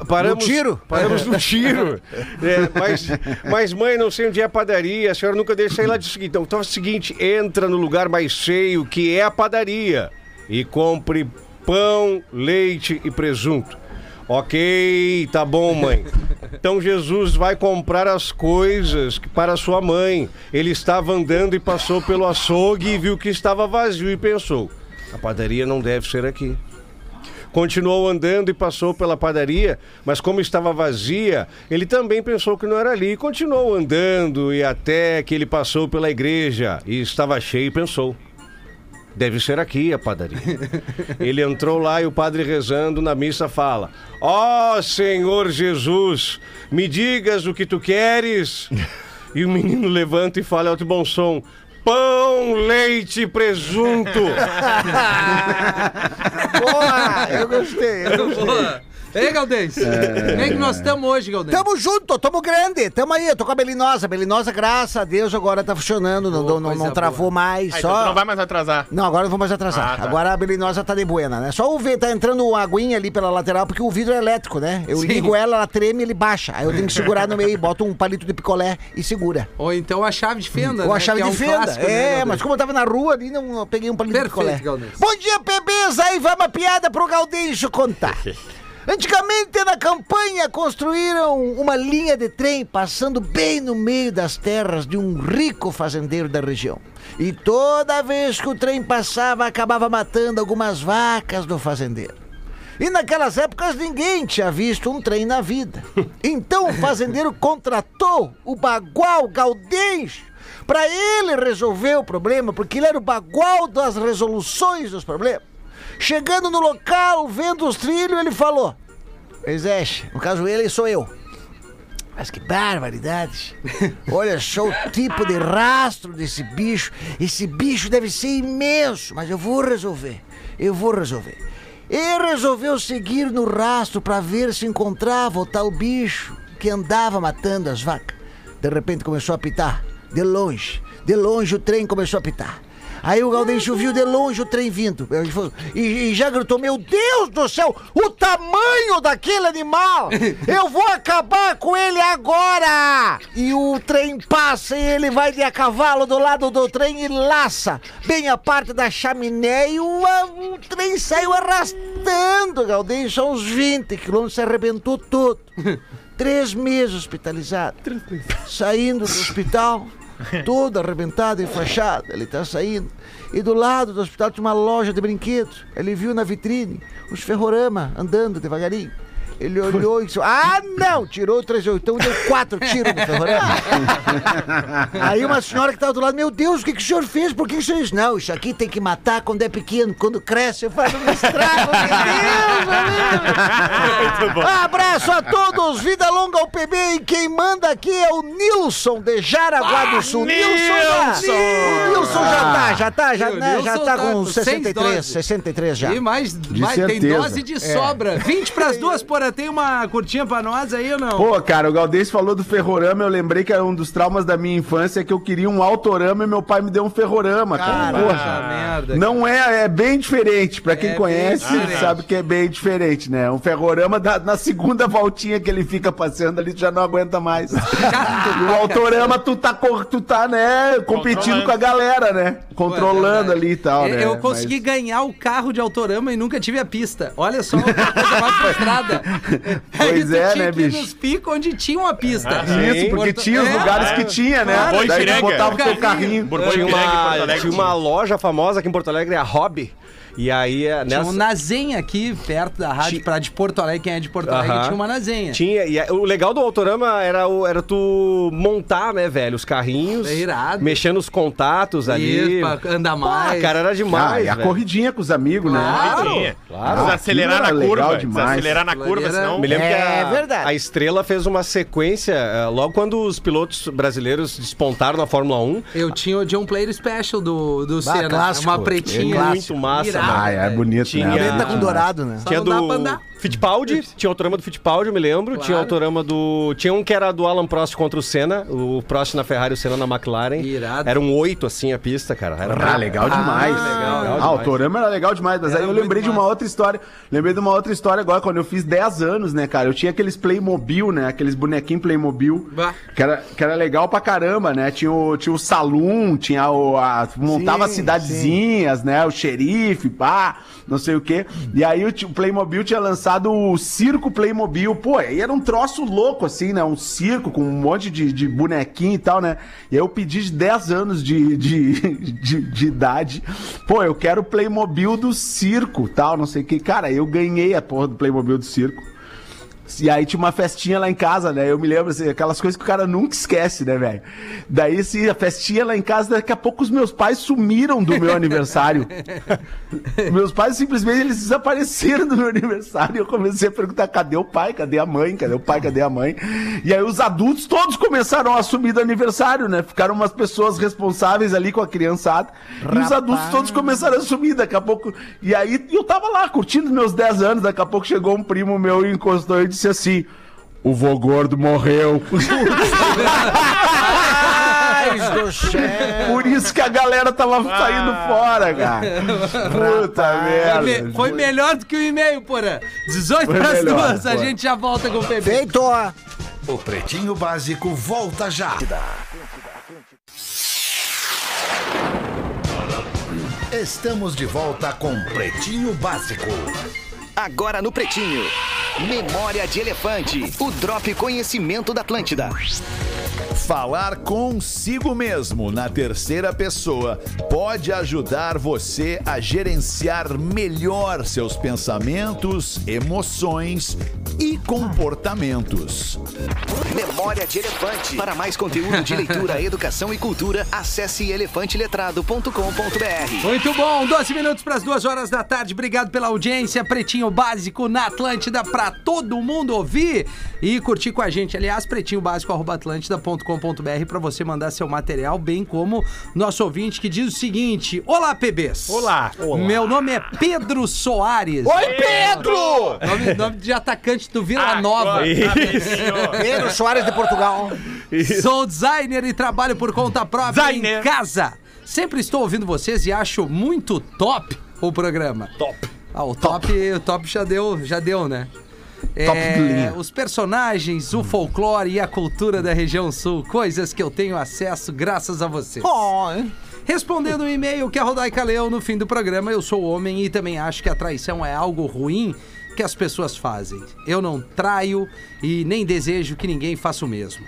Paramos,
No tiro?
Paramos no tiro. É, mas, mas, mãe, não sei onde é a padaria. A senhora nunca deixa eu sair lá de seguinte. Então, então é o seguinte: entra no lugar mais cheio, que é a padaria, e compre pão, leite e presunto. Ok, tá bom, mãe. Então Jesus vai comprar as coisas que- para sua mãe. Ele estava andando e passou pelo açougue e viu que estava vazio e pensou: a padaria não deve ser aqui. Continuou andando e passou pela padaria, mas como estava vazia, ele também pensou que não era ali e continuou andando e até que ele passou pela igreja e estava cheio e pensou. Deve ser aqui a padaria. Ele entrou lá e o padre rezando na missa fala: Ó Senhor Jesus, me digas o que tu queres. E o menino levanta e fala em alto e bom som: Pão, leite e presunto.
Boa, eu gostei. eu gostei.
Boa. Ei, Galdês. Como é que nós estamos hoje, Galdês?
Tamo junto, tamo grande, tamo aí, eu tô com a Belinosa. Belinosa, graças a Deus, agora tá funcionando, não,
Boa,
não,
coisa
não travou
boa.
mais.
Ah, então
só...
tu não vai mais atrasar.
Não, agora não vou mais atrasar.
Ah, tá.
Agora a Belinosa tá de buena, né? Só o vento tá entrando uma aguinha ali pela lateral, porque o vidro é elétrico, né? Eu
Sim.
ligo ela, ela treme, ele baixa. Aí eu tenho que segurar no meio, boto um palito de picolé e segura.
Ou então a chave de fenda,
Ou
né?
a chave
que
de
um
fenda.
clássico,
é,
né, Galdês?
mas como eu tava na rua ali, não, não peguei um palito
Perfeito,
de picolé.
Galdês.
Bom dia, bebês! Aí vai uma piada pro Galdêncio contar. Antigamente, na campanha, construíram uma linha de trem passando bem no meio das terras de um rico fazendeiro da região. E toda vez que o trem passava, acabava matando algumas vacas do fazendeiro. E naquelas épocas ninguém tinha visto um trem na vida. Então o fazendeiro contratou o bagual Galdês para ele resolver o problema, porque ele era o bagual das resoluções dos problemas. Chegando no local, vendo os trilhos, ele falou: Pois é, no caso ele sou eu. Mas que barbaridade! Olha só o tipo de rastro desse bicho. Esse bicho deve ser imenso, mas eu vou resolver. Eu vou resolver. E resolveu seguir no rastro para ver se encontrava o tal bicho que andava matando as vacas. De repente começou a apitar, de longe. De longe o trem começou a apitar. Aí o Gaudencho viu de longe o trem vindo. Ele falou- E, e já gritou: Meu Deus do céu, o tamanho daquele animal! Eu vou acabar com ele agora! E o trem passa e ele vai de a cavalo do lado do trem e laça bem a parte da chaminé e o, a- o trem saiu arrastando. Gaudencho, a uns 20 quilômetros, se arrebentou todo. Três meses hospitalizado. Saindo do hospital, todo arrebentado, enfaixado. Ele tá saindo. E do lado do hospital tinha uma loja de brinquedos. Ele viu na vitrine os ferrorama andando devagarinho. Ele olhou e disse: Ah, não! Tirou o 38 e deu quatro tiros no ferrorama. Aí uma senhora que estava do lado, meu Deus, o que, que o senhor fez? Por que o senhor. disse, Não, isso aqui tem que matar quando é pequeno, quando cresce, eu falo, não estrago, meu Deus, meu Deus. Abraço a todos, vida longa ao PB e quem manda aqui é o Nilson de Jaraguá do Sul. Nilson! já- O Nilson já tá, já tá, já,
O
né, já
Nilson
tá
tá
com
com seis
63,
doses.
63 já.
E mais, mais tem
certeza. É.
dose de sobra. 20 pras duas, porra, tem uma curtinha pra nós aí ou não?
Pô, cara, o Galdês falou do ferrorama, eu lembrei que era um dos traumas da minha infância que eu queria um autorama e meu pai me deu um ferrorama, cara.
Cara,
Porra.
essa Ah, merda.
Não é, é bem diferente. Pra quem
É bem
conhece,
diferente.
sabe que é bem diferente, né? Um ferrorama, da- na segunda voltinha que ele fica passeando ali, tu já não aguenta mais. e o autorama, tu tá, cor- tu tá, né, competindo
Controlando.
com a galera, né?
Pô, é
Controlando
verdade.
ali e tal,
Eu-
né?
Eu consegui
Mas-
ganhar o carro de Autorama e nunca tive a pista. Olha só, uma coisa mais frustrada. Aí
Pois
tu
é,
tinha
né,
que ir
bicho?
nos picos onde tinha uma pista.
Isso, porque
Porto-
tinha os
É,
lugares que tinha, né?
claro.
Boi
Daí tu
Piranga.
botava o teu
Carrinho.
carrinho.
Bourbon
tinha,
Piranga em Porto
uma,
Alegre.
tinha uma loja famosa aqui em Porto Alegre, a Hobby. E aí, é,
Tinha um
nessa...
Nazen aqui, perto da rádio,
Tinha-
pra de Porto Alegre, quem é de Porto Alegre,
Aham.
tinha uma Nazenha.
Tinha, e a- o legal do Autorama era, o, era tu montar, né, velho, os carrinhos.
É irado.
Mexendo os contatos ali.
Isso, pra andar
Pá,
mais.
cara, era
Ah,
demais,
e a
velho.
corridinha com os amigos, né?
Claro.
Sim,
claro.
Desacelerar na
Aquilo era
curva.
legal demais.
Desacelerar na
Aquilo
curva,
ali era-
senão.
Me lembro
É
que a,
verdade.
a Estrela fez uma sequência, eh, logo quando os pilotos brasileiros despontaram na Fórmula 1.
Eu tinha o John Player Special do, do
Bah,
Senna.
clássico.
Uma pretinha.
É muito massa,
Irada,
Ah, é
velho.
bonito,
Tinha-
né?
Preta com dourado, né?
Só
Tinha
não dá pra
é do
andar.
Fittipaldi, tinha o autorama do Fittipaldi, eu me lembro.
Claro.
Tinha o autorama do. Tinha um que era do Alan Prost contra o Senna, o Prost na Ferrari e o Senna na McLaren.
Irado.
Era um oito assim a pista, cara. Era
Ah, legal demais.
legal
ah, o Autorama era legal demais, mas
Era
aí eu
muito
lembrei de uma
massa.
outra história. Lembrei de uma outra história agora, quando eu fiz 10 anos, né, cara? Eu tinha aqueles Playmobil, né? Aqueles bonequinhos Playmobil.
Bah.
Que era, que era legal pra caramba, né? Tinha o, tinha o Saloon, tinha o. a- montava as cidadezinhas, né? O xerife, pá, não sei o quê. E aí o, ti- o Playmobil tinha lançado o Circo Playmobil. Pô, aí era um troço louco, assim, né? Um circo com um monte de, de bonequinho e tal, né? E aí eu pedi de 10 anos de, de, de, de idade. Pô, eu quero o Playmobil do circo, tal, não sei o quê. Cara, eu ganhei a porra do Playmobil do circo. E aí tinha uma festinha lá em casa, né? Eu me lembro, assim, aquelas coisas que o cara nunca esquece, né, velho? Daí, assim, a festinha lá em casa, daqui a pouco os meus pais sumiram do meu aniversário. meus pais simplesmente eles desapareceram do meu aniversário. E eu comecei a perguntar: cadê o pai? Cadê a mãe? Cadê o pai? Cadê a mãe? E aí os adultos todos começaram a assumir do aniversário, né? Ficaram umas pessoas responsáveis ali com a criançada. E os adultos todos começaram a assumir. Daqui a pouco. E aí eu tava lá curtindo meus 10 anos. Daqui a pouco chegou um primo meu e encostou e disse assim. O vô gordo morreu.
Paz do céu!
Por isso que a galera tava saindo fora, cara. Puta
Foi, me-
merda.
foi melhor do que o e-mail, porra. 18 pras
melhor,
duas, a
porra.
gente já volta com o PB.
Feito! ó.
O Pretinho Básico volta já. Estamos de volta com Pretinho Básico.
Agora no Pretinho. Memória de Elefante. O Drop Conhecimento da Atlântida.
Falar consigo mesmo na terceira pessoa pode ajudar você a gerenciar melhor seus pensamentos, emoções e comportamentos.
Memória de Elefante. Para mais conteúdo de leitura, educação e cultura, acesse elefanteletrado.com.br.
Muito bom, 12 minutos para as 2 horas da tarde. Obrigado pela audiência. Pretinho Básico na Atlântida para todo mundo ouvir e curtir com a gente. Aliás, pretinhobásico.atlântida.com.br para você mandar seu material, bem como nosso ouvinte que diz o seguinte: Olá, PBs.
Olá.
Meu nome é Pedro Soares.
Oi, Pedro!
Nome, nome de atacante do Vila Nova.
Pedro Soares de Portugal.
Sou designer e trabalho por conta própria em
Designer.
casa. Sempre estou ouvindo vocês e acho muito top o programa. Top. Ah, o top, o top já deu, já deu, né? É,
de linha.
os personagens, o folclore e a cultura da região sul, coisas que eu tenho acesso graças a vocês.
Oh, hein?
Respondendo o e-mail que a Rodaica leu no fim do programa, eu sou homem e também acho que a traição é algo ruim que as pessoas fazem. Eu não traio e nem desejo que ninguém faça o mesmo.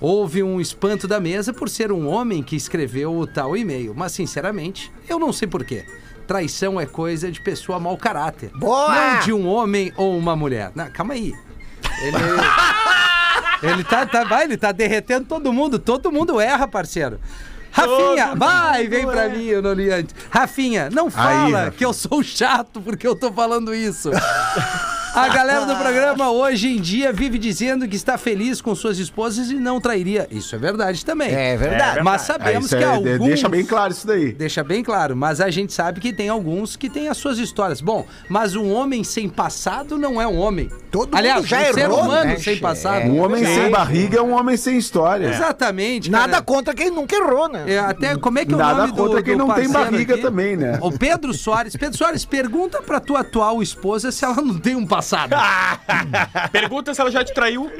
Houve um espanto da mesa por ser um homem que escreveu o tal e-mail, mas sinceramente, eu não sei porquê. Traição é coisa de pessoa mau caráter.
Boa!
Não de um homem ou uma mulher. Não, calma aí. Ele. Ele tá, tá, vai, ele tá derretendo todo mundo. Todo mundo erra, parceiro. Rafinha, vai, vem pra mim, eu não li antes. Rafinha, não fala
Rafinha.
que eu sou chato porque eu tô falando isso. A galera do programa hoje em dia vive dizendo que está feliz com suas esposas e não trairia. Isso é verdade também.
É verdade.
Mas
Ah,
sabemos
isso
que
é- de-
alguns...
Deixa bem claro isso daí.
Deixa bem claro, mas a gente sabe que tem alguns que têm as suas histórias. Bom, mas um homem sem passado não é um homem.
Todo
Aliás,
mundo já
um ser
errou,
humano
né,
sem
che?
passado.
Um homem
Sim.
sem barriga é um homem sem história.
Exatamente. cara.
É. Nada contra quem nunca errou, né?
É, até como é que é o
Nada
nome do-
contra
do
quem não tem
parceiro
barriga
aqui?
também, né?
O Pedro Soares. Pedro Soares, pergunta pra tua atual esposa se ela não tem um passado.
Ah!
Pergunta se ela já te traiu.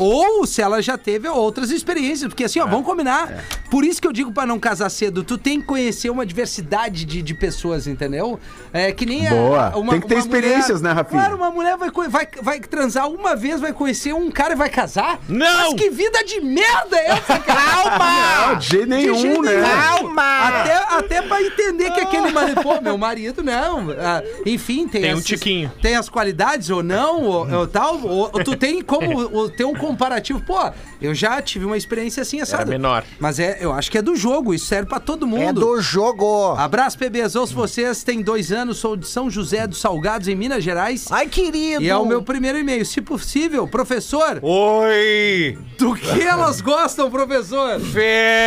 Ou se ela já teve outras experiências. Porque
É.
assim, ó, vamos combinar. Por isso que eu digo pra não casar cedo. Tu tem que conhecer uma diversidade de, de pessoas, entendeu? É que nem a-
Boa. Tem que ter experiências,
mulher-
né, Rafinha?
Claro, uma mulher vai, co- vai, vai transar uma vez, vai conhecer um cara e vai casar.
Não!
Mas que vida de merda é essa, cara? Calma!
Não, Ah, de jeito nenhum, né?
Calma! Até, até pra entender que aquele marido... Pô, meu marido, não. Ah, enfim, tem...
Tem um
essas-
tiquinho.
Tem as qualidades ou não, ou, ou tal. Ou, ou tu tem como ou ter um comparativo. Pô, eu já tive uma experiência assim, essa.
menor.
Mas é, eu acho que é do jogo, isso serve pra todo mundo.
É do jogo.
Abraço, PBs. Ouço vocês, tem dois anos, sou de São José dos Salgados, em Minas Gerais.
Ai, querido.
E é o meu primeiro e-mail. Se possível, professor,
Oi!
do que elas gostam, professor?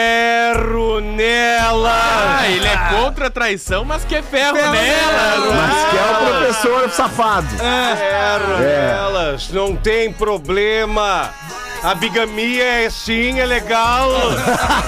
Ferro nela!
Ah, ele é contra a traição, mas que é ferro
Ferro
nela.
nela.
Mas que é o professor safado.
Ferro
É.
nelas, não tem problema. A bigamia é sim, é legal.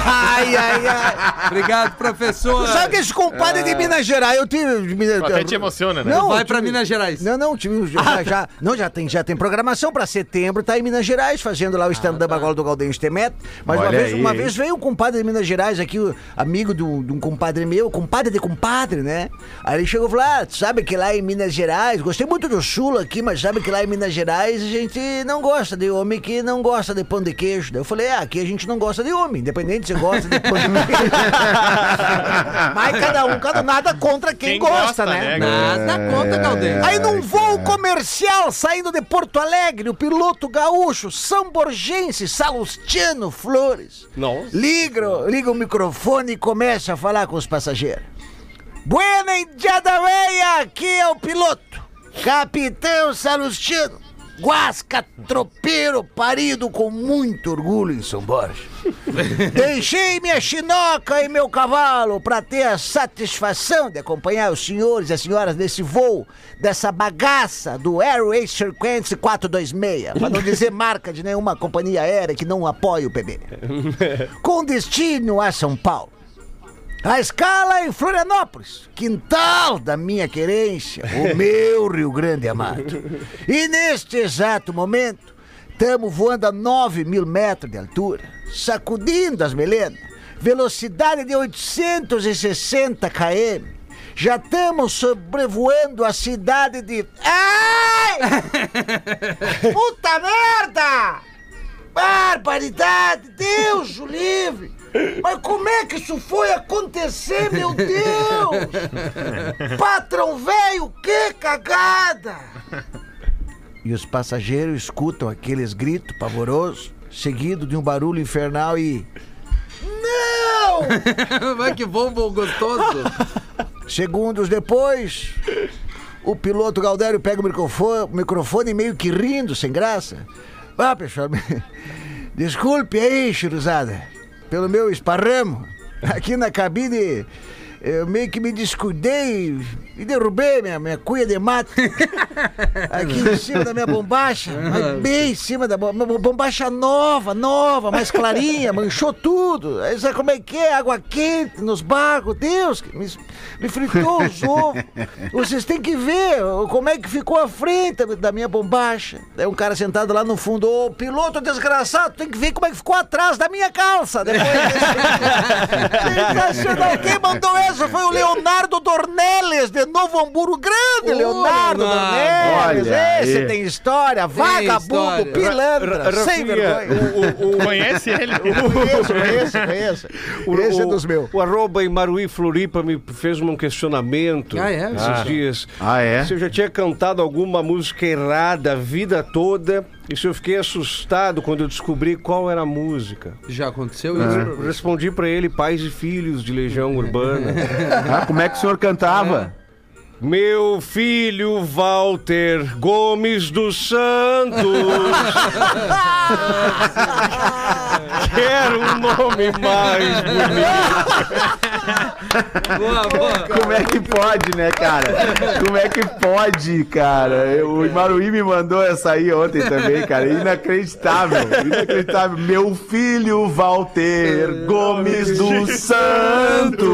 Ai, ai, ai.
Obrigado, professor.
Sabe que esse compadre é de Minas Gerais? Eu tive. de Minas-
Até te emociona, né?
Não,
Vai
eu
pra
tive-
Minas Gerais.
Não, não, tive, já, já, não, já tem, já tem programação pra setembro, tá em Minas Gerais, fazendo lá o stand-up agora do Galdêncio Temet. Mas uma
Olha
vez,
aí,
uma
hein?
vez veio um compadre de Minas Gerais aqui, o- amigo de um, de um compadre meu, compadre de compadre, né? Aí ele chegou e falou: ah, tu sabe que lá em Minas Gerais, gostei muito do sul aqui, mas sabe que lá em Minas Gerais a gente não gosta de homem que não gosta de pão de queijo. Daí eu falei, ah, aqui a gente não gosta de homem, independente se gosta de pão de queijo. mas cada um, cada nada contra quem,
Quem
gosta,
gosta,
né?
né,
Nada
É.
contra, Galdêncio.
Aí num voo comercial saindo de Porto Alegre, o piloto gaúcho Samborgense Salustiano Flores
Nossa.
liga, o- liga o microfone e começa a falar com os passageiros. Buena indiada veia, aqui é o piloto, Capitão Salustiano, Guasca tropeiro parido com muito orgulho em São Borges. Deixei minha chinoca e meu cavalo para ter a satisfação de acompanhar os senhores e as senhoras nesse voo, dessa bagaça do Airways Frequency 426, para não dizer marca de nenhuma companhia aérea que não apoia o PB. Com destino a São Paulo. A escala em Florianópolis, quintal da minha querência, o meu Rio Grande amado. E neste exato momento, estamos voando a 9 mil metros de altura, sacudindo as melenas, velocidade de 860 km. Já estamos sobrevoando a cidade de. Ai! Puta merda! Barbaridade! Deus o livre! Mas como é que isso foi acontecer, meu Deus? Patrão velho, que cagada! e os passageiros escutam aqueles gritos pavorosos, seguido de um barulho infernal e. Não!
Vai que bom, bom gostoso.
Segundos depois, o piloto Galdério pega o microfone, microfone meio que rindo, sem graça. Ah, pessoal, me- desculpe aí, churuzada, pelo meu esparramo. Aqui na cabine, eu meio que me descuidei e derrubei minha, minha cuia de mato. Aqui em cima da minha bombacha, mas bem em cima da bombacha. Bombacha nova, nova, mais clarinha, manchou tudo. Aí sabe como é que é? Água quente nos barcos. Deus, que me, me fritou os ovos. Vocês têm que ver ó, como é que ficou a frente da minha bombacha. Daí um cara sentado lá no fundo, ô piloto desgraçado, tem que ver como é que ficou atrás da minha calça. Depois desse- Sensacional. Quem mandou essa foi o Leonardo Dornelles, de Novo Hamburgo. Grande Leonardo,
Leonardo.
Dornelles.
Olha
Esse
aí.
tem história, vagabundo,
história.
pilantra, sem vergonha.
Conhece ele?
Conheço, conheço, conheço. Esse é dos meus.
O arroba em Maruí Floripa me fez um questionamento
Ah, é?
esses
Ah.
dias.
Ah, é?
Se eu já tinha cantado alguma música errada a vida toda e se eu fiquei assustado quando eu descobri qual era a música.
Já aconteceu
É.
Eu
isso?
Respondi pra ele, pais e filhos de Legião Urbana. É.
Ah, como é que o senhor cantava?
Meu filho Walter Gomes dos Santos. Quero um nome mais bonito.
Boa, boa.
Como é que pode, né, cara? Como é que pode, cara? Eu- o Maruí me mandou essa aí ontem também, cara. Inacreditável. Inacreditável. Meu filho Walter Gomes dos Santos.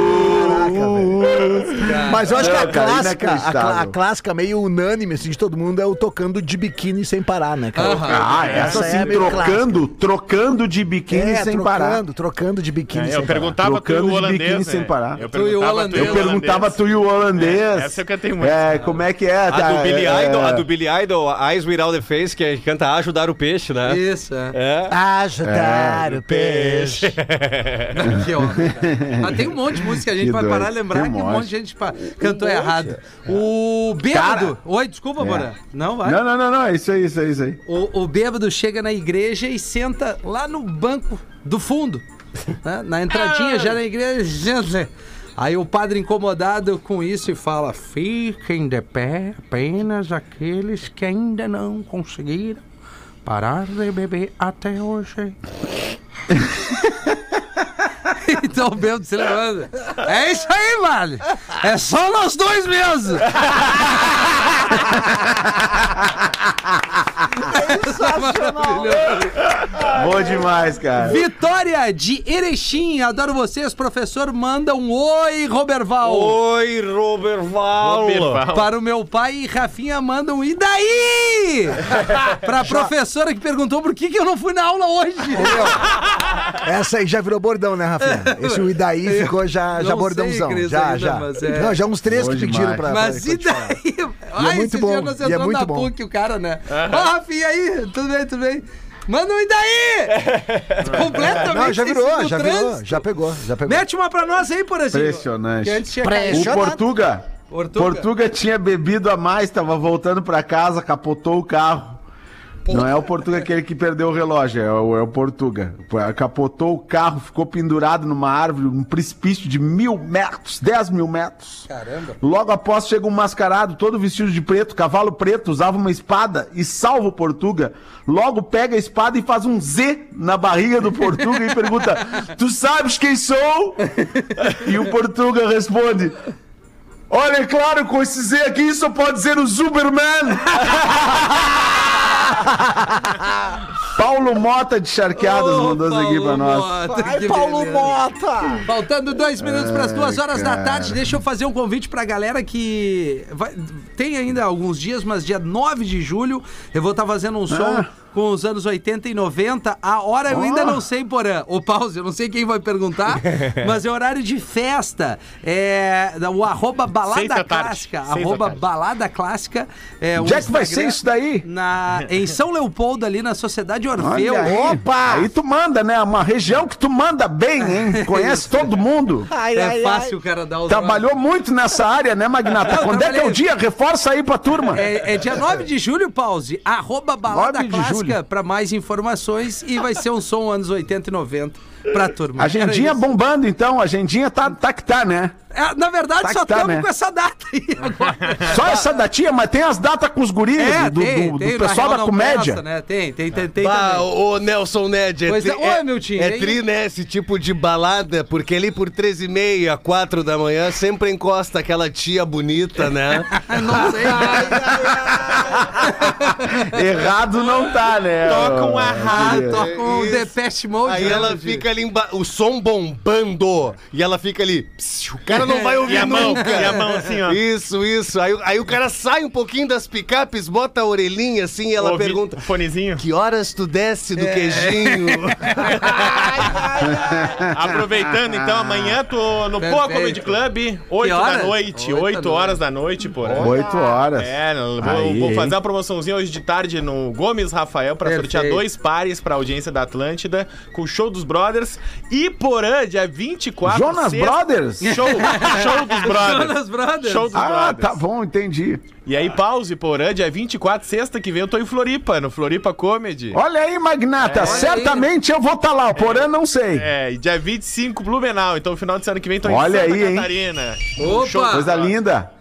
Mas eu acho que a
Não, cara,
clássica, a,
inacreditável.
cla- a clássica meio unânime assim, de todo mundo é o tocando de biquíni sem parar, né, cara?
Ah, essa,
Essa é
assim,
meio
trocando, trocando de biquíni
É,
sem
trocando,
parar.
trocando de biquíni
É,
sem
eu perguntava tu e
Trocando
o
de
holandês.
biquíni
né?
sem parar.
Eu
Tu e o
perguntava tu e
holandês.
Eu
o
perguntava
holandês. né?
tu e o holandês.
É, essa eu cantei muito.
É, como é que é?
A do Billy
é,
Idol, a do Billy Idol, Eyes Without the Face, que é, canta Ajudar o Peixe, né?
Isso, é.
É.
Ajudar o peixe.
Aqui, ó. Ah, tem um monte de música que a gente
É. Que
vai
doido.
parar e lembrar
Tem
que
um
um monte
monte. um
de gente pa- cantou errado. O Bêbado. Oi, desculpa, Bora. Não, vai.
É. Não, não, não, não. é Isso aí, isso aí, isso aí.
O, o bêbado chega na igreja e senta lá no banco do fundo. né? Na entradinha, já na igreja. gente. Aí o padre incomodado com isso e fala: Fiquem de pé apenas aqueles que ainda não conseguiram parar de beber até hoje. então o bêbado se levanta. É isso aí, vale! É só nós dois mesmo!
Bom demais, cara.
Vitória de Erechim, adoro vocês, professor. Manda um oi, Roberval.
Oi, Robert Val.
Para o meu pai e Rafinha manda um e daí? Pra professora que perguntou por que, que eu não fui na aula hoje.
Essa aí já virou bordão, né, Rafinha? Esse o Idaí ficou já, já
não
bordãozão.
sei, Cris,
já,
ainda,
já.
mas é-
Não, já uns três
Bom
que pediram
demais.
pra.
Mas
pra-
e daí?
é muito
esse dia
bom,
nós
e é
entramos
muito
na
bom.
PUC, o cara, né? Ó, Rafinha aí, tudo bem, tudo bem? Manda um e daí? Completamente
Não, já
sem
virou,
sentido
já virou,
trânsito.
já pegou, já pegou.
Mete uma pra nós aí, por exemplo.
Impressionante.
Que antes tinha caído.
O Portuga,
Portuga.
Portuga. tinha bebido a mais, tava voltando pra casa, capotou o carro. Não é o Portuga aquele que perdeu o relógio, é o, é o Portuga. Capotou o carro, ficou pendurado numa árvore, um precipício de mil metros, dez mil metros.
Caramba.
Logo após chega um mascarado, todo vestido de preto, cavalo preto, usava uma espada e salva o Portuga. Logo pega a espada e faz um Z na barriga do Portuga e pergunta: Tu sabes quem sou? E o Portuga responde: Olha, é claro, com esse Z aqui só pode ser o Superman! Paulo Mota de Charqueadas
Ô,
mandou isso aqui pra
Paulo
nós.
Mota, que beleza.
Mota!
Faltando dois minutos para as duas
Ai,
horas da
cara.
tarde, deixa eu fazer um convite para a galera
Ah.
que vai- tem ainda alguns dias, mas dia 9 de julho eu vou estar tá fazendo um som com com os anos 80 e 90, a hora eu ainda não sei, Porã. Ô, pause, eu não sei quem vai perguntar, mas é horário de festa. É, o arroba
Seis
balada
da tarde.
clássica.
Seis da
Arroba
tarde.
balada clássica. É, um
Onde é que vai ser
Instagram
isso daí?
Na, em São Leopoldo, ali na Sociedade Orfeu. É
Olha aí.
Opa!
Aí tu manda, né? Uma região que tu manda bem, hein? Conhece todo mundo.
É fácil o cara dar o
Trabalhou muito nessa área, né, Magnata?
Não,
Quando é que é
trabalhei.
o dia? Reforça aí pra turma.
É, é dia 9 de julho, pause. Arroba balada
9 de
clássica
julho.
pra mais informações e vai ser um som anos 80 e 90 pra turma.
Agendinha
Era isso.
bombando, então. Agendinha tá, tá que tá, né?
É, na verdade,
Tá
só
que tá,
estamos
né?
com essa data aí
É,
agora.
Só essa datinha, mas tem as datas com os guris,
É,
do,
tem,
do- do
tem, na
pessoal
real
da
não
comédia.
presta, né? Tem, tem, tem, tem
Bah,
também.
Tá, ô Nelson Ned, é,
Pois
tri,
é, ô, meu time,
é
hein?
tri, né, esse tipo de balada, porque ali por três e meia, quatro da manhã, sempre encosta aquela tia bonita, né?
Ah, Não sei.
Errado não tá, né?
Toca um arraso.
Ah, tô com o
Isso.
The Pest Mode.
Aí
né,
ela
meu time?
fica ali, emba- o som bombando, e ela fica ali, psiu, o cara não vai ouvir
E a mão,
nunca.
e a mão assim, ó.
Isso, isso. Aí, o- aí o cara sai um pouquinho das picapes, bota a orelhinha assim, e ela
Ouvi-
pergunta,
o fonezinho.
que horas tu desce
É.
do queijinho?
Aproveitando, então, amanhã tô no Poa
Perfeito.
Comedy Club, 8 da
horas?
noite,
Oito
8
da
horas da noite, por aí.
Oito horas.
É, vou,
Aí,
vou fazer
hein?
uma promoçãozinha hoje de tarde no Gomes Rafael pra
Perfeito.
sortear dois pares pra audiência da Atlântida com o show dos Brothers e Porã, dia 24.
Jonas
sexta-
Brothers?
Show, show dos Brothers.
Jonas Brothers.
Show dos
Ah,
Brothers.
tá bom, entendi.
E aí, pause, Porã, dia 24, sexta que vem eu tô em Floripa, no Floripa Comedy.
Olha aí, Magnata, certamente eu vou estar lá, o Porã não sei.
É, e dia 25, Blumenau. Então, final de semana que vem, tô
Olha
em Santa
aí, hein?
Catarina.
Opa!
Coisa linda.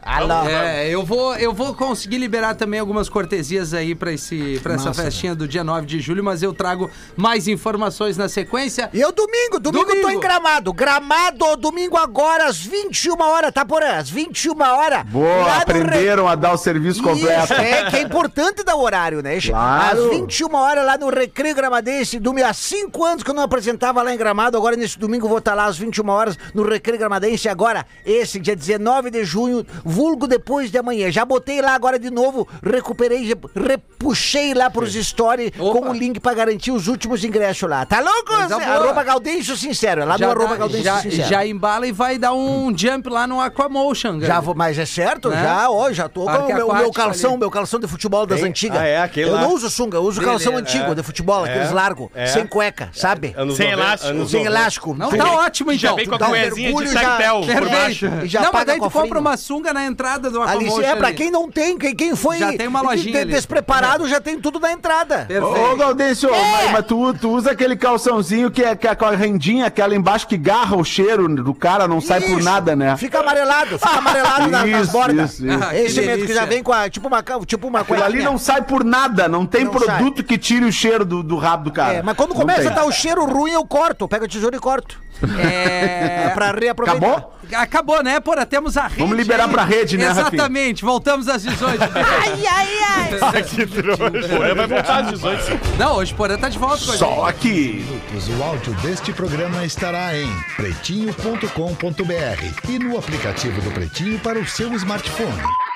É, eu vou, eu vou conseguir liberar também algumas cortesias aí pra esse, pra essa festinha do dia 9 de julho, mas eu trago mais informações na sequência.
E eu domingo, domingo, eu tô
Domingo.
em Gramado. Gramado, domingo agora, às 21 horas, tá por às 21 horas.
Boa,
lá no
aprenderam a dar o serviço completo.
Isso, é que é importante dar o horário, né?
Claro.
Às 21 horas lá no Recreio Gramadense, do há 5 anos que eu não apresentava lá em Gramado, agora nesse domingo eu vou estar lá às 21 horas no Recreio Gramadense, agora esse dia 19 de junho, vulgo depois de amanhã. Já botei lá agora de novo, recuperei, já repuxei lá pros stories
Opa.
com o link pra garantir os últimos ingressos lá. Tá louco?
Coisa boa.
Arroba Gaudêncio Sincero, é lá no arroba
dá-
Gaudêncio
já,
Sincero.
já embala e vai dar um jump lá no Aquamotion,
Já
cara.
vou, mas é certo,
Né?
já, ó, já tô com
Parque
o meu, meu
aquático
calção,
ali.
meu calção de futebol das antigas.
Ah, é, aquele
eu
lá. né?
não uso sunga, eu uso calção
Beleza.
antigo de futebol, aqueles largos,
é.
sem cueca, sabe?
Sem
noventa-
elástico.
anos
sem
noventa.
elástico.
Não,
Tu
tá
dá-
ótimo
Já
então.
vem com a
dá um
cuezinha de
mergulho, já-
tactel por baixo.
Perfeito.
E já
não, mas
paga
daí tu
cofrinho.
compra uma sunga na entrada do Aquamotion. né?
Ali, é, pra
ali.
quem não tem, quem, quem foi
Já tem uma lojinha ali.
despreparado, já tem tudo na entrada.
Ô, ô,
Perfeito.
Gaudêncio, mas, mas tu, tu usa aquele calçãozinho que é que é com a rendinha, aquela embaixo que garra o cheiro do cara, não sai por
Isso.
nada, né?
Fica amarelado, fica amarelado na- nas
Isso,
bordas.
isso, isso.
Ah, que
Esse mesmo que
delícia.
já vem com a, tipo uma, ca- tipo uma
Aquilo ali não sai por nada, não tem
Não
produto que tire o cheiro do, do rabo do cara.
É, mas quando
Não
começa
tem.
a dar o cheiro ruim, eu corto, eu pego a tesoura e corto. É
É...
pra reaproveitar.
Acabou?
Acabou, né, Porra? Temos a rede.
Vamos liberar
aí.
pra rede, né, Rafinha?
Exatamente. Voltamos às 18.
Ai, ai, ai.
Porã vai voltar às 18.
não, hoje Porã tá de volta com a gente.
Só que.
O áudio deste programa estará em pretinho.com.br e no aplicativo do Pretinho para o seu smartphone.